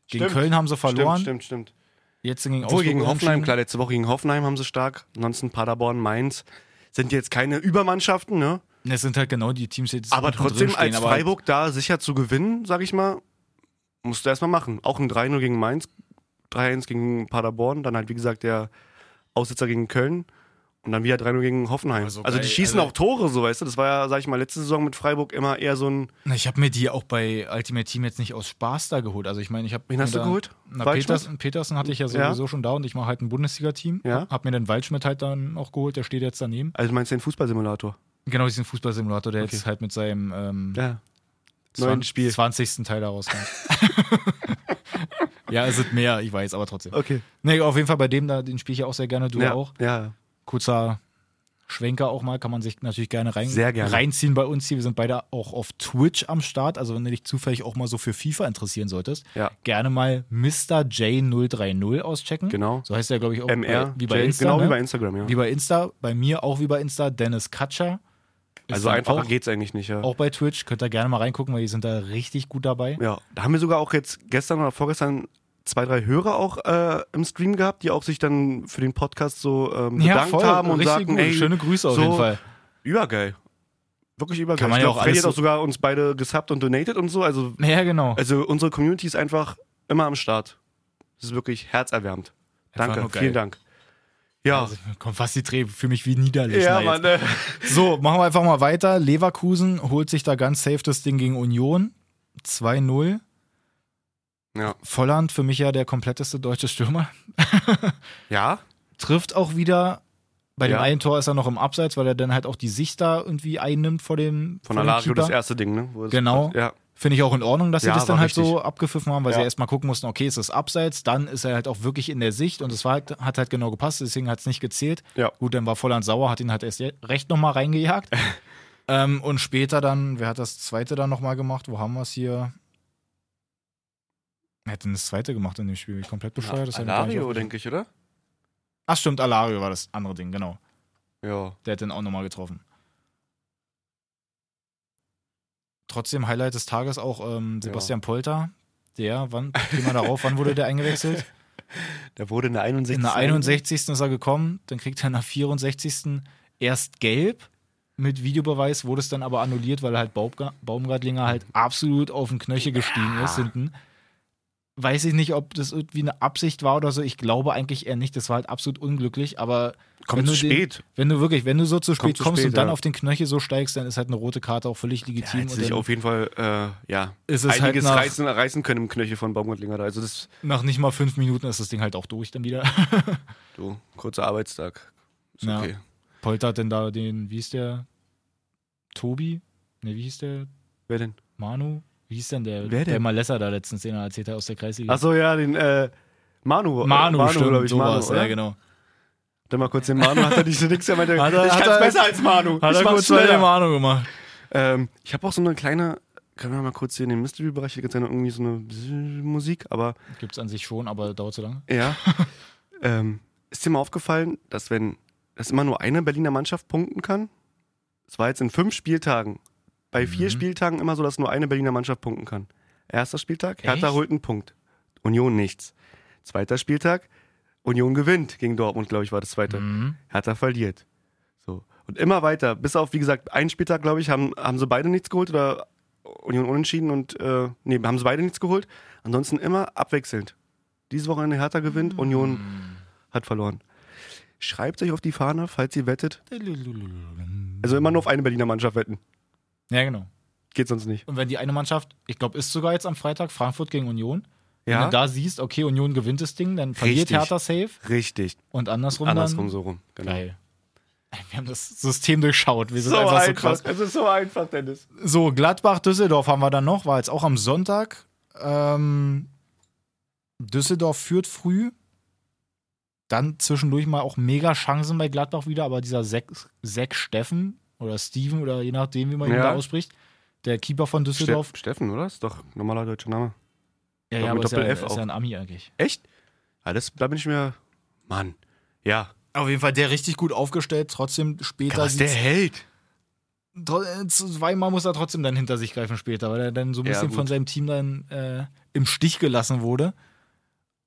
A: Gegen
B: Stimmt.
A: Köln haben sie verloren.
B: Stimmt, stimmt, stimmt.
A: Jetzt gegen
B: Obwohl
A: Augsburg.
B: gegen Hoffenheim,
A: unentschieden.
B: klar, letzte Woche gegen Hoffenheim haben sie stark. Ansonsten Paderborn, Mainz sind jetzt keine Übermannschaften, ne?
A: Es sind halt genau die Teams, die jetzt
B: Aber
A: unten
B: trotzdem
A: drinstehen,
B: als
A: aber
B: Freiburg da sicher zu gewinnen, sag ich mal, musst du erstmal machen. Auch ein 3-0 gegen Mainz, 3-1 gegen Paderborn, dann halt wie gesagt der Aussitzer gegen Köln und dann wieder 3-0 gegen Hoffenheim.
A: Aber so
B: also die
A: geil,
B: schießen
A: also-
B: auch Tore, so weißt du. Das war ja, sag ich mal, letzte Saison mit Freiburg immer eher so ein.
A: Na, Ich habe mir die auch bei Ultimate Team jetzt nicht aus Spaß da geholt. Also ich meine, ich habe
B: Wen hast du geholt?
A: Na,
B: Waldschmidt?
A: Petersen, Petersen hatte ich ja
B: Ja.
A: sowieso schon da und ich mache halt ein Bundesliga-Team.
B: Ja.
A: Hab mir dann Waldschmidt halt dann auch geholt, der steht jetzt daneben.
B: Also meinst du den Fußballsimulator?
A: Genau diesen Fußballsimulator, der
B: Okay.
A: jetzt halt mit seinem ähm,
B: Ja. Neuen
A: 20.
B: Spiel.
A: 20. Teil da rauskommt. ja, es sind mehr, ich weiß, aber trotzdem.
B: Okay.
A: Nee, auf jeden Fall bei dem, da, den spiele ich ja auch sehr gerne, du
B: ja,
A: auch.
B: Ja.
A: Kurzer Schwenker auch mal, kann man sich natürlich gerne, rein,
B: Sehr gerne.
A: reinziehen bei uns hier. Wir sind beide auch auf Twitch am Start, also wenn du dich zufällig auch mal so für FIFA interessieren solltest,
B: Ja.
A: gerne mal Mr. J030 auschecken.
B: Genau.
A: So heißt er, glaube ich, auch
B: MR.
A: bei, wie bei
B: Jay-
A: Insta.
B: Genau
A: ne?
B: wie bei Instagram, ja.
A: Wie bei Insta, bei mir auch wie bei Insta, Dennis Katscher. Ist
B: also
A: dann
B: einfacher
A: auch,
B: geht's eigentlich nicht, ja.
A: auch bei Twitch, könnt ihr gerne mal reingucken, weil die sind da richtig gut dabei.
B: Ja, da haben wir sogar auch jetzt gestern oder vorgestern zwei, drei Hörer auch äh, im Stream gehabt, die auch sich dann für den Podcast so ähm, bedankt haben und
A: richtig
B: sagten,
A: gut.
B: ey,
A: Schöne Grüße auf
B: so-
A: jeden Fall.
B: übergeil. Wirklich übergeil.
A: Kann man
B: ich
A: ja
B: glaub,
A: auch
B: Freddy
A: alles
B: hat auch
A: so-
B: sogar uns beide gesubbt und donated und so. Also,
A: Ja, genau.
B: also unsere Community ist einfach immer am Start. Das ist wirklich herzerwärmend.
A: Einfach
B: Danke,
A: nur geil.
B: vielen Dank. Ja,
A: Also, mir kommt fast die Tränen, fühle mich wie niederlich.
B: ja, Mann. Äh,
A: So, machen wir einfach mal weiter. Leverkusen holt sich da ganz safe das Ding gegen Union. 2-0.
B: ja.
A: Volland, für mich ja der kompletteste deutsche Stürmer.
B: ja,
A: Trifft auch wieder. Bei dem
B: Ja.
A: einen Tor ist er noch im Abseits, weil er dann halt auch die Sicht da irgendwie einnimmt vor dem.
B: von
A: vor dem
B: Alario
A: Keeper.
B: das erste Ding, ne? Wo es-
A: Genau.
B: Ja,
A: Finde ich auch in Ordnung, dass sie
B: Ja,
A: das dann
B: war
A: halt so
B: richtig.
A: abgepfiffen haben, weil sie
B: Ja.
A: erstmal gucken mussten, okay, ist das abseits, dann ist er halt auch wirklich in der Sicht und es war halt, hat halt genau gepasst, deswegen hat es nicht gezählt.
B: Ja.
A: Gut, dann war Volland sauer, hat ihn halt erst je- recht nochmal reingejagt. ähm, und später dann, wer hat das zweite dann nochmal gemacht? Wo haben wir es hier? Wer hat denn das zweite gemacht in dem Spiel? Bin ich komplett bescheuert. das hat mir gar nicht
B: Alario,
A: aufgefallen.
B: denke ich, oder?
A: Ach stimmt, Alario war das andere Ding, genau.
B: Ja.
A: Der hat den auch nochmal getroffen. Trotzdem Highlight des Tages auch ähm, Sebastian Polter. Der, wann, geh mal darauf, wann wurde der eingewechselt?
B: Der wurde in der 61.
A: In der 61. ist er gekommen, dann kriegt er in der 64. erst gelb. Mit Videobeweis wurde es dann aber annulliert, weil halt Baubga- Baumgartlinger halt absolut auf den Knöchel gestiegen ist hinten. Weiß ich nicht, ob das irgendwie eine Absicht war oder so. Ich glaube eigentlich eher nicht. Das war halt absolut unglücklich, aber
B: Kommt
A: wenn
B: zu
A: du den-
B: spät.
A: wenn du wirklich, wenn du so zu spät
B: Kommt zu
A: kommst
B: spät,
A: und dann
B: ja.
A: auf den Knöchel so steigst, dann ist halt eine rote Karte auch völlig
B: Ja,
A: legitim.
B: hätte
A: und
B: sich
A: dann
B: auf jeden Fall, äh, ja,
A: ist es halt
B: einiges
A: nach,
B: reißen, reißen können im Knöchel von Baumgartlinger da. Also das,
A: nach nicht mal fünf Minuten ist das Ding halt auch durch dann wieder.
B: du, kurzer Arbeitstag. Ist
A: Ja.
B: okay.
A: Polter hat denn da den, wie hieß der? Tobi? Ne, wie hieß der?
B: Wer denn?
A: Manu? Wie hieß denn der?
B: Wer denn?
A: Der Malessa da letztens, den er erzählt hat aus der Kreisliga.
B: Achso, ja, den, äh, Manu.
A: Manu,
B: Manu
A: stimmt,
B: glaub ich, Manu,
A: sowas,
B: oder?
A: ja genau.
B: Dann mal kurz den Manu, hat er nicht so nix, er meinte,
A: Hat er-
B: ich
A: hat
B: kann's
A: er-
B: besser als Manu.
A: Hat
B: ich
A: er
B: mach's
A: kurz bei
B: schneller.
A: der Manu gemacht.
B: Ähm, ich habe auch so eine kleine, können wir mal kurz hier in den Mystery-Bereich, hier gibt's ja noch irgendwie so eine Musik, aber
A: Gibt's an sich schon, aber dauert zu lange.
B: ja. ähm, ist dir mal aufgefallen, dass wenn, dass immer nur eine Berliner Mannschaft punkten kann? Es war jetzt in fünf Spieltagen, bei vier
A: Mhm.
B: Spieltagen immer so, dass nur eine Berliner Mannschaft punkten kann. Erster Spieltag, Hertha
A: Echt?
B: holt einen Punkt, Union nichts. Zweiter Spieltag, Union gewinnt gegen Dortmund, glaube ich, war das zweite.
A: Mhm.
B: Hertha verliert. So. Und immer weiter, bis auf, wie gesagt, einen Spieltag, glaube ich, haben, haben sie beide nichts geholt oder Union unentschieden und, äh, nee, haben sie beide nichts geholt. Ansonsten immer abwechselnd. Dieses Wochenende Hertha gewinnt,
A: Mm.
B: Union hat verloren. Schreibt euch auf die Fahne, falls ihr wettet. Also immer nur auf eine Berliner Mannschaft wetten.
A: Mhm. Ja, genau.
B: Geht sonst nicht.
A: Und wenn die eine Mannschaft, ich glaube, ist sogar jetzt am Freitag Frankfurt gegen Union. Wenn
B: Ja,
A: du da siehst, okay, Union gewinnt das Ding, dann verliert
B: Richtig.
A: Hertha safe
B: richtig.
A: und andersrum,
B: Andersrum
A: dann.
B: so rum. Genau.
A: Geil. Ey, Wir haben das System durchschaut. Wir sind einfach, so krass.
B: Es ist so einfach, Dennis.
A: So, Gladbach, Düsseldorf haben wir dann noch, war jetzt auch am Sonntag. Ähm, Düsseldorf führt früh. Dann zwischendurch mal auch mega Chancen bei Gladbach wieder, aber dieser Zack Zack Steffen oder Steven oder je nachdem, wie man ihn
B: Ja.
A: da ausspricht, der Keeper von
B: Ste
A: Düsseldorf.
B: Steffen, oder? Ist doch ein normaler deutscher Name.
A: Ja,
B: doch
A: ja,
B: mit
A: aber ist ja,
B: Doppel-F
A: ist
B: auch.
A: ja ein Ami eigentlich.
B: Echt? Ja, das, da bin ich mir. Mann. Ja.
A: Auf jeden Fall der richtig gut aufgestellt, trotzdem später.
B: Was der
A: sieht's-
B: hält.
A: tro- äh, Zweimal muss er trotzdem dann hinter sich greifen später, weil er dann so ein
B: Ja,
A: bisschen
B: gut.
A: von seinem Team dann äh, im Stich gelassen wurde.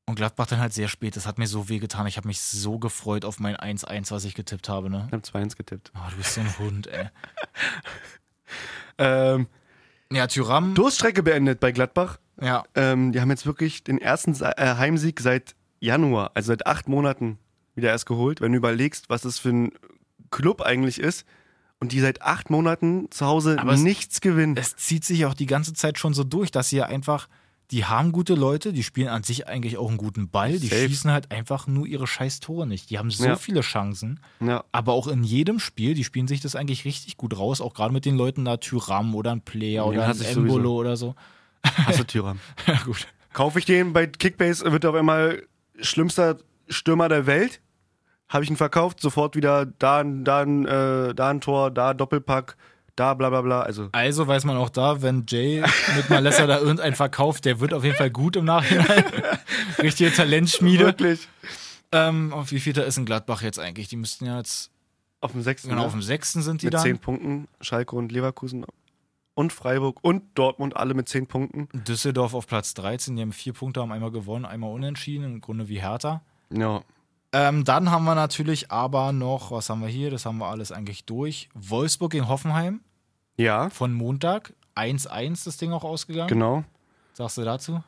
A: Und Gladbach dann halt sehr spät. Das hat mir so weh getan. Ich habe mich so gefreut auf mein 1-1, was ich getippt habe. Ne?
B: Ich habe 2-1 getippt.
A: Oh, du bist so ein Hund, ey.
B: Ähm,
A: Ja, Tyram.
B: Durststrecke beendet bei Gladbach.
A: Ja,
B: Ähm, die haben jetzt wirklich den ersten Se- äh, Heimsieg seit Januar, also seit acht Monaten, wieder erst geholt. Wenn du überlegst, was das für ein Club eigentlich ist und die seit acht Monaten zu Hause
A: Aber es-
B: nichts gewinnen.
A: es zieht sich auch die ganze Zeit schon so durch, dass sie ja einfach, die haben gute Leute, die spielen an sich eigentlich auch einen guten Ball, die
B: Safe.
A: schießen halt einfach nur ihre scheiß Tore nicht. Die haben so
B: Ja.
A: viele Chancen.
B: ja.
A: Aber auch in jedem Spiel, die spielen sich das eigentlich richtig gut raus, auch gerade mit den Leuten da, Tyram oder ein Player
B: Den
A: oder ein
B: hasse ich sowieso.
A: Embolo oder so.
B: Hasse Tyram.
A: Ja, gut.
B: Kaufe ich den bei Kickbase, wird auf einmal schlimmster Stürmer der Welt. Habe ich ihn verkauft, sofort wieder da, ein- da, ein, äh, da ein Tor, da Doppelpack, da bla bla bla. Also
A: Also weiß man auch da, wenn Jay mit Malessa da irgendeinen verkauft, der wird auf jeden Fall gut im Nachhinein. Richtige Talentschmiede.
B: wirklich.
A: Ähm, auf wie viel da ist in Gladbach jetzt eigentlich? Die müssten ja jetzt,
B: Auf dem sechsten.
A: genau,
B: ne?
A: auf dem sechsten sind die
B: mit
A: dann.
B: zehn Punkten. Schalke und Leverkusen und Freiburg und Dortmund alle mit zehn Punkten.
A: Düsseldorf auf Platz 13, die haben vier Punkte, haben einmal gewonnen, einmal unentschieden, im Grunde wie Hertha.
B: Ja.
A: Ähm, dann haben wir natürlich aber noch, was haben wir hier? Das haben wir alles eigentlich durch. Wolfsburg gegen Hoffenheim.
B: Ja,
A: von Montag. 1-1 das Ding auch ausgegangen.
B: genau.
A: Sagst du dazu?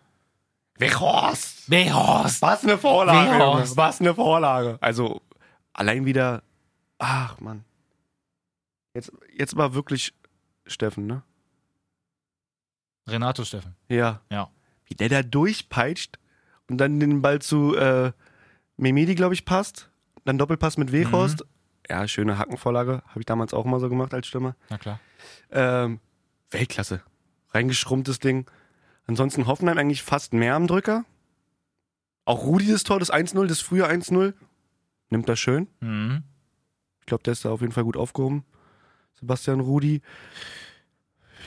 B: Weghorst!
A: Behorst!
B: Was eine Vorlage!
A: Weghorst.
B: Junge. Was eine Vorlage! Also, allein wieder. Ach, Mann. Jetzt, jetzt war wirklich Steffen, ne?
A: Renato Steffen.
B: Ja.
A: Ja.
B: Wie der da durchpeitscht und dann den Ball zu äh, Memedi, glaube ich, passt. Dann Doppelpass mit Weghorst. Ja, schöne Hackenvorlage. Habe ich damals auch mal so gemacht als Stürmer.
A: Na klar.
B: Ähm, Weltklasse. Reingeschrummtes Ding. Ansonsten Hoffenheim eigentlich fast mehr am Drücker. Auch Rudi das Tor, das 1-0, das frühe 1-0. Nimmt das schön.
A: Mhm.
B: Ich glaube, der ist da auf jeden Fall gut aufgehoben. Sebastian Rudi.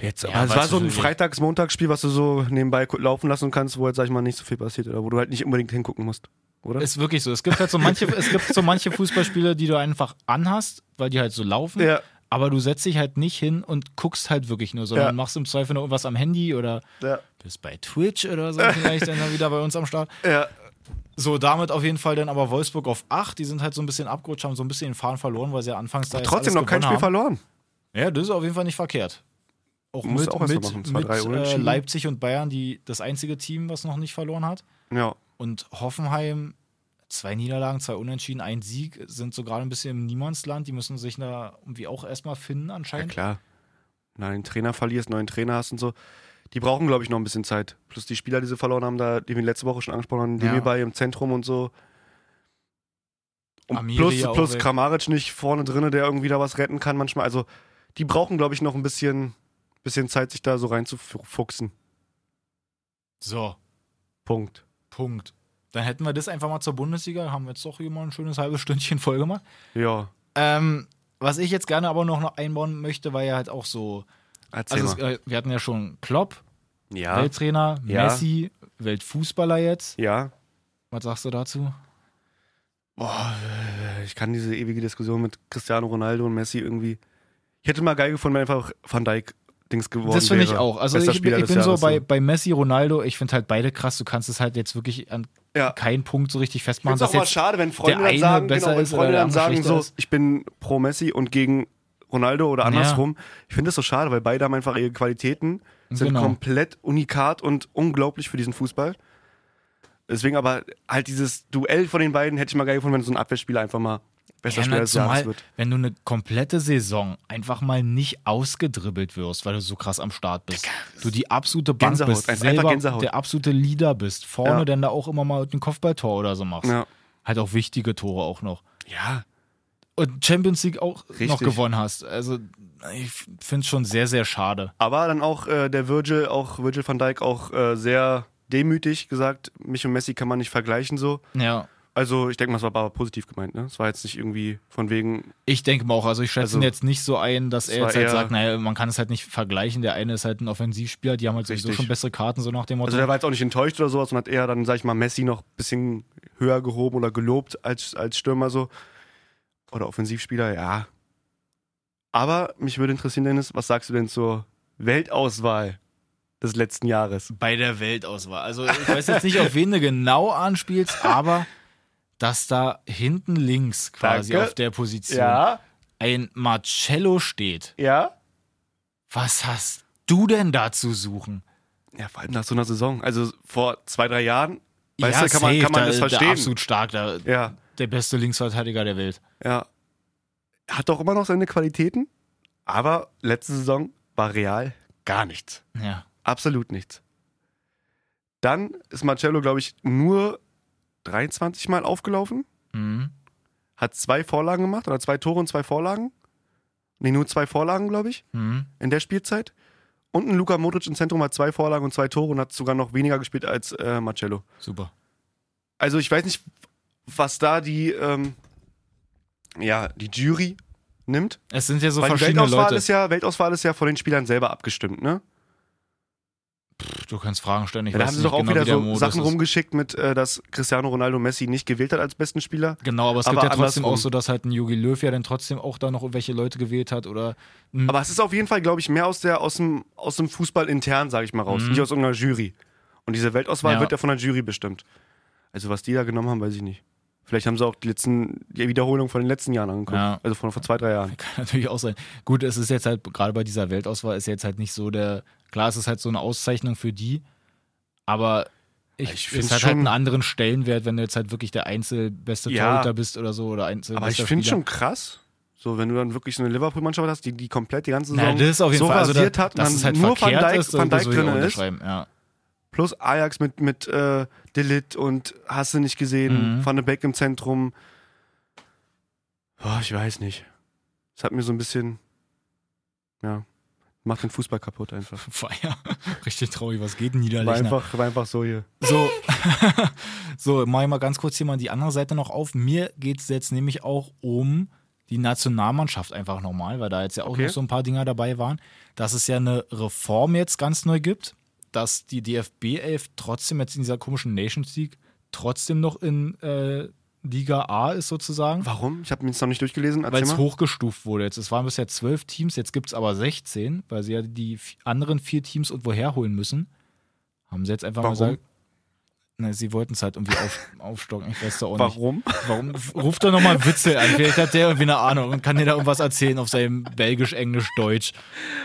B: Jetzt,
A: Ja,
B: aber es
A: weißt
B: war
A: du,
B: so ein
A: so wie-
B: Freitags-Montagsspiel, was du so nebenbei ku- laufen lassen kannst, wo jetzt, sag ich mal, nicht so viel passiert oder wo du halt nicht unbedingt hingucken musst, oder?
A: Ist wirklich so. Es gibt halt so manche, es gibt so manche Fußballspiele, die du einfach anhast, weil die halt so laufen.
B: ja,
A: Aber du setzt dich halt nicht hin und guckst halt wirklich nur, sondern
B: Ja.
A: machst im Zweifel noch irgendwas am Handy oder
B: ja,
A: bist bei Twitch oder so vielleicht dann wieder bei uns am Start.
B: ja.
A: So, damit auf jeden Fall dann aber Wolfsburg auf 8. Die sind halt so ein bisschen abgerutscht, haben so ein bisschen den Faden verloren, weil sie ja anfangs da jetzt
B: Trotzdem
A: alles
B: noch kein
A: gewonnen
B: Spiel
A: haben.
B: verloren.
A: Ja, das ist auf jeden Fall nicht verkehrt. Auch
B: Muss
A: mit,
B: auch erst mal
A: mit,
B: machen. Zwei,
A: mit
B: drei
A: äh,
B: Unentschieden.
A: Leipzig und Bayern, die das einzige Team, was noch nicht verloren hat.
B: Ja.
A: Und Hoffenheim, zwei Niederlagen, zwei Unentschieden, ein Sieg, sind so gerade ein bisschen im Niemandsland. Die müssen sich da irgendwie auch erstmal finden
B: Ja,
A: anscheinend.
B: klar. Wenn du einen Trainer verlierst, neuen Trainer hast und so. Die brauchen, glaube ich, noch ein bisschen Zeit. Plus die Spieler, die sie verloren haben, da, die wir letzte Woche schon angesprochen haben, die
A: Ja.
B: wir bei im Zentrum und so. Und
A: Amiri
B: plus
A: auch
B: plus
A: weg.
B: Kramaric nicht vorne drinne, der irgendwie da was retten kann manchmal. Also die brauchen, glaube ich, noch ein bisschen, bisschen Zeit, sich da so reinzufuchsen.
A: so,
B: Punkt.
A: Punkt. Dann hätten wir das einfach mal zur Bundesliga, haben jetzt doch hier mal ein schönes halbes Stündchen voll gemacht.
B: Ja,
A: Ähm, was ich jetzt gerne aber noch noch einbauen möchte, war ja halt auch so,
B: erzähl
A: also es,
B: mal.
A: äh, wir hatten ja schon Klopp,
B: ja,
A: Welttrainer,
B: Ja.
A: Messi, Weltfußballer jetzt.
B: ja.
A: Was sagst du dazu?
B: Boah, äh, ich kann diese ewige Diskussion mit Cristiano Ronaldo und Messi irgendwie. Ich hätte mal geil gefunden, wenn einfach Van Dijk Dings geworden wäre.
A: Das finde ich auch. Also
B: Bester
A: ich, bin-
B: Spieler
A: ich
B: des
A: bin so
B: Jahres, ne?
A: bei, bei Messi, Ronaldo, ich finde halt beide krass. Du kannst es halt jetzt wirklich an
B: Ja.
A: keinen Punkt so richtig
B: Ich
A: festmachen.
B: finde
A: Dass
B: auch mal
A: jetzt,
B: schade, wenn Freunde
A: der
B: dann
A: eine
B: sagen,
A: besser
B: genau, wenn
A: ist äh, oder
B: Freunde
A: der
B: dann
A: andere
B: sagen
A: schlechter
B: so,
A: ist.
B: ich bin pro Messi und gegen Ronaldo oder andersrum. Ich finde das so schade, weil beide haben einfach ihre Qualitäten, sind
A: Genau.
B: komplett unikat und unglaublich für diesen Fußball. Deswegen aber halt dieses Duell von den beiden hätte ich mal geil gefunden, wenn so ein Abwehrspieler einfach mal bester
A: ja,
B: Spieler
A: na,
B: des Jahres
A: zumal,
B: wird.
A: wenn du eine komplette Saison einfach mal nicht ausgedribbelt wirst, weil du so krass am Start bist. Du die absolute Bank
B: Gänsehaut,
A: bist,
B: einfach
A: selber
B: Gänsehaut.
A: der absolute Leader bist. Vorne
B: Ja.
A: dann da auch immer mal ein Kopfballtor oder so machst.
B: Ja.
A: Halt auch wichtige Tore auch noch.
B: ja,
A: Und Champions League auch noch
B: Richtig.
A: gewonnen hast. Also ich finde es schon sehr, sehr schade.
B: Aber dann auch äh, der Virgil, auch Virgil van Dijk, auch äh, sehr demütig gesagt, mich und Messi kann man nicht vergleichen so.
A: Ja.
B: Also ich denke mal, es war aber positiv gemeint, ne? Es war jetzt nicht irgendwie von wegen,
A: Ich denke mal auch, also ich schätze
B: Also,
A: ihn jetzt nicht so ein, dass
B: es
A: er
B: war
A: jetzt halt
B: eher-
A: sagt, naja, man kann es halt nicht vergleichen. Der eine ist halt ein Offensivspieler, die haben halt sowieso
B: Richtig.
A: schon bessere Karten, so nach dem Motto.
B: also der war jetzt auch nicht enttäuscht oder sowas und hat eher dann, sag ich mal, Messi noch ein bisschen höher gehoben oder gelobt als, als Stürmer so. Oder Offensivspieler, ja. Aber mich würde interessieren, Dennis, was sagst du denn zur Weltauswahl des letzten Jahres?
A: bei der Weltauswahl. Also ich weiß jetzt nicht, auf wen du genau anspielst, aber dass da hinten links quasi
B: Danke.
A: auf der Position ein Marcello steht.
B: ja.
A: Was hast du denn da zu suchen?
B: Ja, vor allem nach so einer Saison. Also vor zwei, drei Jahren, weißt
A: Ja,
B: du, kann man,
A: safe,
B: kann man
A: da,
B: das
A: Da
B: verstehen.
A: absolut stark, da,
B: Ja,
A: der beste Linksverteidiger der Welt.
B: ja. Hat doch immer noch seine Qualitäten, aber letzte Saison war real gar nichts.
A: Ja.
B: Absolut nichts. Dann ist Marcello, glaube ich, nur 23 Mal aufgelaufen,
A: Mhm.
B: hat zwei Vorlagen gemacht oder zwei Tore und zwei Vorlagen. Nee, nur zwei Vorlagen, glaube ich,
A: Mhm.
B: in der Spielzeit. Und ein Luka Modric im Zentrum hat zwei Vorlagen und zwei Tore und hat sogar noch weniger gespielt als äh, Marcello.
A: Super.
B: also ich weiß nicht, was da die, ähm, ja, die Jury nimmt.
A: Es sind ja so
B: Weil die
A: verschiedene
B: Weltauswahl
A: Leute.
B: ist, ja, Weltauswahl ist ja von den Spielern selber abgestimmt, ne?
A: Du kannst Fragen stellen. Ich
B: Ja, da
A: weiß
B: haben sie
A: nicht
B: doch auch
A: genau,
B: wieder
A: wie der
B: so
A: Modus
B: Sachen
A: ist.
B: rumgeschickt mit, äh, dass Cristiano Ronaldo Messi nicht gewählt hat als besten Spieler.
A: Genau, aber es
B: Aber
A: gibt ja trotzdem
B: andersrum.
A: auch so, dass halt ein Jogi Löw ja dann trotzdem auch da noch irgendwelche Leute gewählt hat oder. Mhm.
B: Aber es ist auf jeden Fall, glaube ich, mehr aus, der, aus, dem, aus dem Fußball intern, sage ich mal, raus.
A: Mhm.
B: Nicht aus irgendeiner Jury. Und diese Weltauswahl
A: Ja.
B: wird ja von der Jury bestimmt. Also was die da genommen haben, weiß ich nicht. Vielleicht haben sie auch die, letzten, die Wiederholung von den letzten Jahren angeguckt.
A: Ja.
B: Also von vor zwei, drei Jahren.
A: Kann natürlich auch sein. Gut, es ist jetzt halt, gerade bei dieser Weltauswahl ist jetzt halt nicht so der. Klar, es ist halt so eine Auszeichnung für die, aber ich,
B: Ich find's
A: es hat halt
B: schon-
A: einen anderen Stellenwert, wenn du jetzt halt wirklich der einzelbeste
B: Ja.
A: Torhüter bist oder so oder einzelbester
B: Aber ich finde
A: Spieler.
B: schon krass, so wenn du dann wirklich so eine Liverpool-Mannschaft hast, die, die komplett die ganze
A: Na,
B: Saison
A: das ist auf jeden
B: so
A: Fall, also da,
B: rasiert
A: dass
B: hat und dann
A: es halt
B: nur Van
A: verkehrt
B: Dijk,
A: ist,
B: Van
A: das
B: Dijk
A: will ich auch
B: drin ist,
A: unterschreiben, Ja.
B: plus Ajax mit, mit äh, Delit und hast du nicht gesehen,
A: Mhm.
B: Van de Beek im Zentrum. Oh, ich weiß nicht. Das hat mir so ein bisschen, ja, Macht den Fußball kaputt einfach.
A: Feier. Richtig traurig, was geht denn
B: War
A: Niederlechner?
B: einfach, war einfach so hier.
A: ne? So, so mach ich mal ganz kurz hier mal die andere Seite noch auf. Mir geht es jetzt nämlich auch um die Nationalmannschaft einfach nochmal, weil da jetzt ja auch
B: Okay.
A: noch so ein paar Dinger dabei waren, dass es ja eine Reform jetzt ganz neu gibt, dass die DFB 11 trotzdem jetzt in dieser komischen Nations League trotzdem noch in äh, Liga A ist sozusagen,
B: Warum? Ich habe mir das noch nicht durchgelesen.
A: weil
B: Erzähl
A: es
B: mal.
A: hochgestuft wurde. Jetzt, es waren bisher zwölf Teams, jetzt gibt es aber 16, weil sie ja die vi- anderen vier Teams irgendwo herholen müssen. Haben sie jetzt einfach mal
B: Warum?
A: gesagt, na, sie wollten es halt irgendwie auf, aufstocken. Ich weiß da auch nicht.
B: Warum?
A: Warum? Ruft doch nochmal Witzel an. Vielleicht hat der irgendwie eine Ahnung und kann dir da irgendwas erzählen auf seinem Belgisch, Englisch, Deutsch.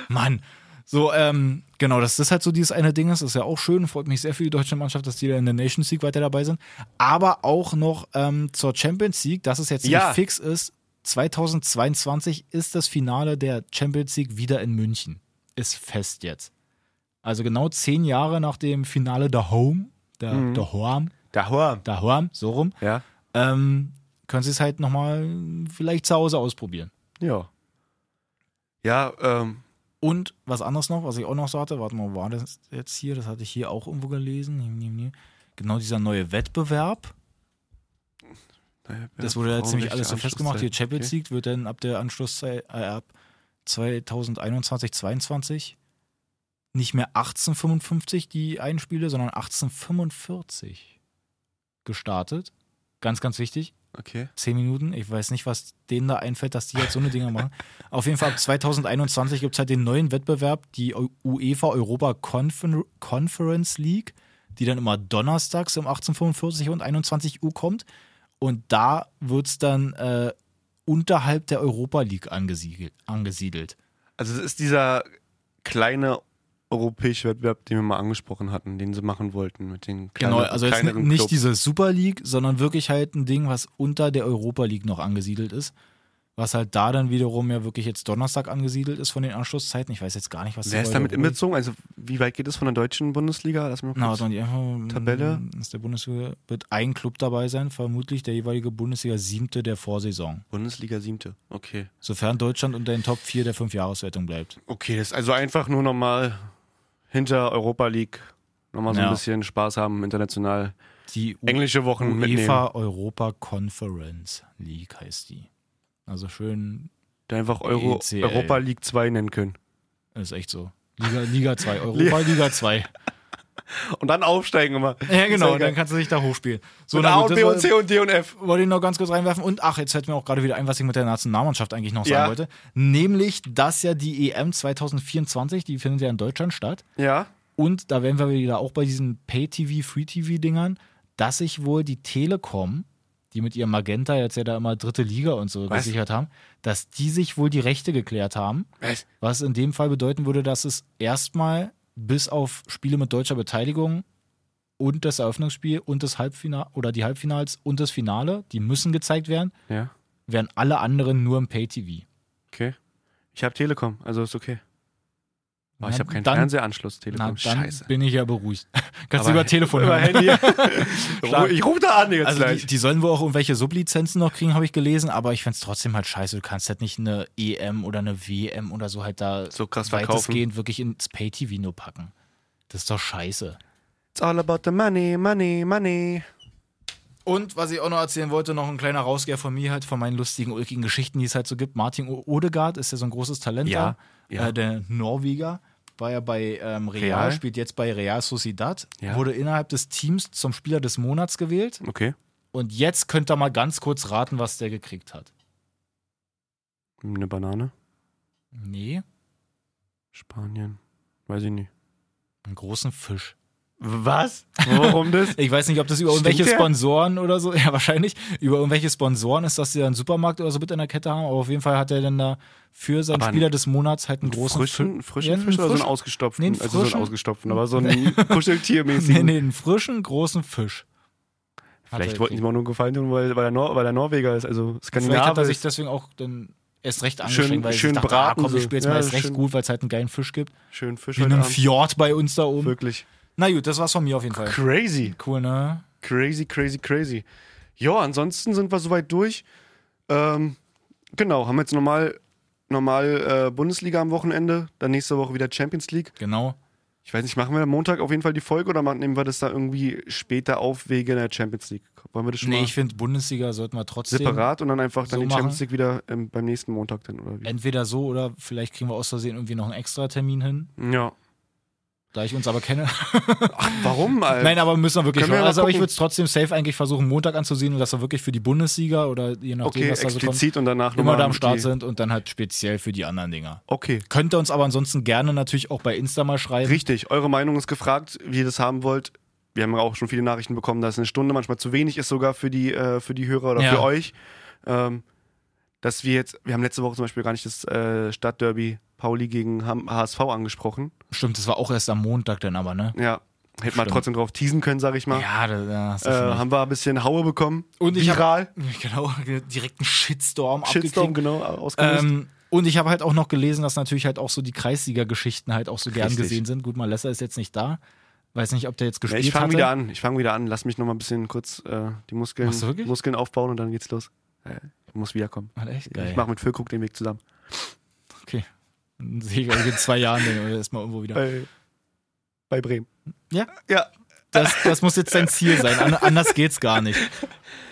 A: Mann. So, ähm, genau, das ist halt so dieses eine Ding. Das ist ja auch schön. Freut mich sehr für die deutsche Mannschaft, dass die da in der Nations League weiter dabei sind. Aber auch noch ähm, zur Champions League, dass es jetzt ziemlich
B: Ja.
A: fix ist. 2022 ist das Finale der Champions League wieder in München. Ist fest jetzt. Also genau zehn Jahre nach dem Finale der Home, der,
B: Mhm.
A: der Horm,
B: Da hör.
A: der Horm, so rum
B: Ja.
A: ähm, können Sie es halt nochmal vielleicht zu Hause ausprobieren.
B: Ja. Ja, ähm,
A: Und was anderes noch, was ich auch noch so hatte, warte mal, war das jetzt hier? Das hatte ich hier auch irgendwo gelesen. Genau dieser neue Wettbewerb.
B: naja,
A: Das
B: ja,
A: wurde jetzt nämlich
B: Frauenrechte,
A: alles so festgemacht. Die
B: Anschlusszeit,
A: Champions League wird dann ab der Anschlusszeit, äh, ab 2021, 22 nicht mehr 1855 die Einspiele, sondern 1845 gestartet. Ganz, ganz wichtig.
B: Okay. okay.
A: 10 Minuten. Ich weiß nicht, was denen da einfällt, dass die jetzt so eine Dinger machen. Auf jeden Fall ab 2021 gibt es halt den neuen Wettbewerb, die Eu- UEFA Europa Confer Conference League, die dann immer donnerstags um 18.45 und 21 Uhr kommt. Und da wird es dann äh, unterhalb der Europa League angesiedelt. angesiedelt.
B: Also es ist dieser kleine europäische Wettbewerb, den wir mal angesprochen hatten, den sie machen wollten mit den kleinen,
A: Genau, also jetzt
B: kleineren
A: nicht
B: Clubs.
A: diese Super League, sondern wirklich halt ein Ding, was unter der Europa League noch angesiedelt ist. Was halt da dann wiederum ja wirklich jetzt Donnerstag angesiedelt ist von den Anschlusszeiten. Ich weiß jetzt gar nicht, was
B: Wer ist
A: bei
B: damit
A: der Europa
B: einbezogen? Also wie weit geht es von der deutschen Bundesliga? Lass mich
A: League- Na,
B: mal
A: warte
B: kurz.
A: mal, die einfach,
B: Tabelle?
A: Ist der Bundesliga, wird ein Club dabei sein, vermutlich der jeweilige Bundesliga siebte der Vorsaison.
B: Bundesliga siebte. Okay.
A: Sofern Deutschland unter den Top 4 der Fünfjahreswertung bleibt.
B: Okay, das ist also einfach nur nochmal hinter Europa League nochmal so
A: Ja.
B: ein bisschen Spaß haben international.
A: Die U
B: Englische Wochen mitnehmen.
A: UEFA Europa Conference League heißt die. Also schön,
B: Da einfach Euro,
A: ECL.
B: Europa League 2 nennen können.
A: ist echt so. Liga, Liga 2, Europa Liga 2.
B: Und dann aufsteigen immer.
A: Ja,
B: Ist
A: genau,
B: ja
A: dann
B: geil.
A: kannst du dich da hochspielen. So,
B: Mit
A: na
B: A
A: gut,
B: und
A: das
B: B
A: war-
B: und C und D und F.
A: Wollte ich noch ganz kurz reinwerfen. Und ach, jetzt fällt mir auch gerade wieder ein, was ich mit der Nationalmannschaft eigentlich noch sagen
B: Ja.
A: wollte. Nämlich, dass ja die EM 2024, die findet ja in Deutschland statt.
B: Ja.
A: Und da wären wir wieder auch bei diesen Pay-TV, Free-TV-Dingern, dass sich wohl die Telekom, die mit ihrem Magenta jetzt ja da immer dritte Liga und so
B: Was?
A: gesichert haben, dass die sich wohl die Rechte geklärt haben.
B: Was?
A: Was in dem Fall bedeuten würde, dass es erstmal bis auf Spiele mit deutscher Beteiligung und das Eröffnungsspiel und das Halbfinale oder die Halbfinals und das Finale, die müssen gezeigt werden,
B: Ja.
A: wären alle anderen nur im Pay-TV.
B: Okay. Ich habe Telekom, also ist okay. Aber
A: Na,
B: ich habe keinen
A: dann-
B: Fernsehanschluss, Telekom.
A: Na, dann
B: Scheiße.
A: bin ich ja beruhigt. Kannst du
B: Aber
A: über Telefon
B: über
A: hören.
B: Handy.
A: Stark.
B: ich rufe da an jetzt
A: Also
B: gleich.
A: die, die sollen wohl auch irgendwelche Sublizenzen noch kriegen, habe ich gelesen, aber ich find's trotzdem halt scheiße. Du kannst halt nicht eine EM oder eine WM oder so halt da
B: So krass verkaufen.
A: weitestgehend wirklich ins Pay-TV nur packen. Das ist doch scheiße.
B: It's all about the money, money, money.
A: Und was ich auch noch erzählen wollte, noch ein kleiner Rausgeher von mir halt, von meinen lustigen, ulkigen Geschichten, die es halt so gibt. Martin O- Odegaard ist ja so ein großes Talent
B: Ja,
A: da.
B: ja.
A: Äh, der Norweger war ja bei ähm, Real,
B: Real.
A: spielt jetzt bei Real Sociedad,
B: Ja.
A: wurde innerhalb des Teams zum Spieler des Monats gewählt.
B: Okay.
A: Und jetzt könnt ihr mal ganz kurz raten, was der gekriegt hat.
B: Eine Banane.
A: Nee,
B: Spanien. Weiß ich nicht.
A: einen großen Fisch.
B: Was? Warum das?
A: Ich weiß nicht, ob das über
B: Stinkt
A: irgendwelche
B: der?
A: Sponsoren oder so, ja wahrscheinlich, über irgendwelche Sponsoren ist, dass sie da einen Supermarkt oder so mit in der Kette haben, aber auf jeden Fall hat er dann da für seinen
B: Aber einen-
A: Spieler des Monats halt einen großen Fisch.
B: frischen, frischen
A: Ja, einen
B: Fisch oder so
A: frischen-
B: einen ausgestopften?
A: Nee, einen
B: also so
A: frischen-
B: einen ausgestopften, aber so einen Kuscheltiermäßigen.
A: Nee, nee, einen frischen, großen Fisch. Hat er
B: Vielleicht wollten die
A: gekriegt.
B: mal nur gefallen tun, weil, weil, er Nor weil er Norweger ist, also
A: Vielleicht hat
B: Skandinavier.
A: er sich
B: ist.
A: deswegen auch dann erst recht angeschränkt, weil
B: schön
A: ich dachte, ah,
B: braten
A: komm, ich
B: so.
A: spiele jetzt
B: Ja,
A: mal erst recht
B: schön.
A: gut, weil es halt einen geilen Fisch gibt.
B: Schön Fisch
A: Wie in
B: heute
A: einem
B: Abend.
A: Fjord bei uns da oben.
B: Wirklich.
A: Na gut, das war's von mir auf jeden Fall.
B: Crazy.
A: Cool, ne?
B: Crazy, crazy, crazy. Ja, ansonsten sind wir soweit durch. Ähm, genau, haben jetzt nochmal normal äh, Bundesliga am Wochenende, dann nächste Woche wieder Champions League.
A: Genau.
B: Ich weiß nicht, machen wir Montag auf jeden Fall die Folge oder machen- nehmen wir das da irgendwie später auf wegen der Champions League? Wollen wir das schon
A: Nee,
B: mal
A: ich finde, Bundesliga sollten wir trotzdem
B: separat und dann einfach
A: so
B: dann die
A: machen.
B: Champions League wieder ähm, beim nächsten Montag dann oder wie?
A: entweder so oder vielleicht kriegen wir aus Versehen irgendwie noch einen extra Termin hin,
B: Ja.
A: da ich uns aber kenne.
B: Ach, warum? Alter?
A: Nein, aber müssen wir wirklich
B: Äh, Können wir
A: schauen.
B: mal
A: Also, aber ich
B: gucken.
A: würde es trotzdem safe eigentlich versuchen, Montag anzusehen und dass wir wirklich für die Bundesliga oder je nachdem,
B: okay,
A: was da so kommt,
B: explizit und danach
A: immer
B: nochmal
A: da am Start
B: die-
A: sind und dann halt speziell für die anderen Dinger.
B: Okay,
A: Könnt ihr uns aber ansonsten gerne natürlich auch bei Insta mal schreiben.
B: richtig. Eure Meinung ist gefragt, wie ihr das haben wollt. Wir haben ja auch schon viele Nachrichten bekommen, dass eine Stunde manchmal zu wenig ist sogar für die, äh, für die Hörer oder
A: Ja.
B: für euch. Ähm, dass wir jetzt, wir haben letzte Woche zum Beispiel gar nicht das äh, Stadtderby Pauli gegen Ham- HSV angesprochen.
A: Stimmt, das war auch erst am Montag dann aber, ne?
B: Ja, hätten wir
A: Stimmt.
B: trotzdem drauf teasen können, sag ich mal.
A: Ja, da, da hast du
B: äh,
A: schon recht.
B: haben wir ein bisschen Haue bekommen.
A: Und ich hab-
B: Viral.
A: Genau, direkt einen Shitstorm,
B: Shitstorm,
A: abgekriegt.
B: genau, ausgelöst.
A: Ähm, und ich habe halt auch noch gelesen, dass natürlich halt auch so die Kreissiegergeschichten halt auch so gern
B: Richtig.
A: gesehen sind. Gut, Malessa ist jetzt nicht da. Weiß nicht, ob der jetzt
B: Ja,
A: gespielt
B: ich fange
A: hatte.
B: wieder an. Ich fange wieder an. Lass mich noch mal ein bisschen kurz äh, die Muskeln,
A: Machst du wirklich?
B: Muskeln aufbauen und dann geht's los. Äh, ich muss wiederkommen.
A: Hat echt geil.
B: Ich mache mit Füllkrug den Weg zusammen.
A: Okay. Dann sehe ich euch in zwei Jahren dann erstmal irgendwo wieder.
B: Bei, bei Bremen.
A: Ja.
B: Ja.
A: Das, das muss jetzt dein Ziel sein. An, anders geht's gar nicht.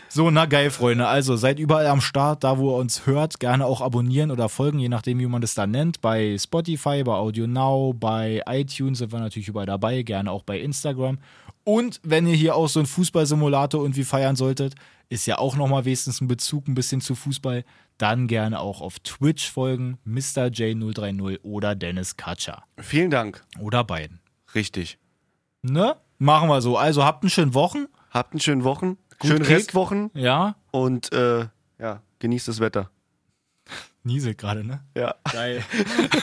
A: So, na geil, Freunde. Also seid überall am Start, da wo ihr uns hört. Gerne auch abonnieren oder folgen, je nachdem, wie man das da nennt. Bei Spotify, bei Audio Now, bei iTunes sind wir natürlich überall dabei. Gerne auch bei Instagram. Und wenn ihr hier auch so einen Fußballsimulator irgendwie feiern solltet, ist ja auch nochmal wenigstens ein Bezug ein bisschen zu Fußball, dann gerne auch auf Twitch folgen. Mr. J030 oder Dennis Katscher.
B: Vielen Dank.
A: Oder beiden.
B: Richtig.
A: Ne? Machen wir so. Also habt einen schönen Wochen.
B: Habt einen schönen Wochen,
A: Gut
B: schönen
A: Kick.
B: Restwochen
A: Ja.
B: und äh, ja, genießt das Wetter.
A: Nieselt gerade, ne?
B: Ja.
A: Geil.
B: Liegt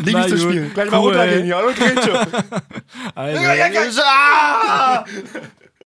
A: Na
B: nicht zu
A: gut. Also,
B: spielen. Gleich mal
A: Cool.
B: runtergehen, ja. Und geht schon.
A: Also,
B: Ah!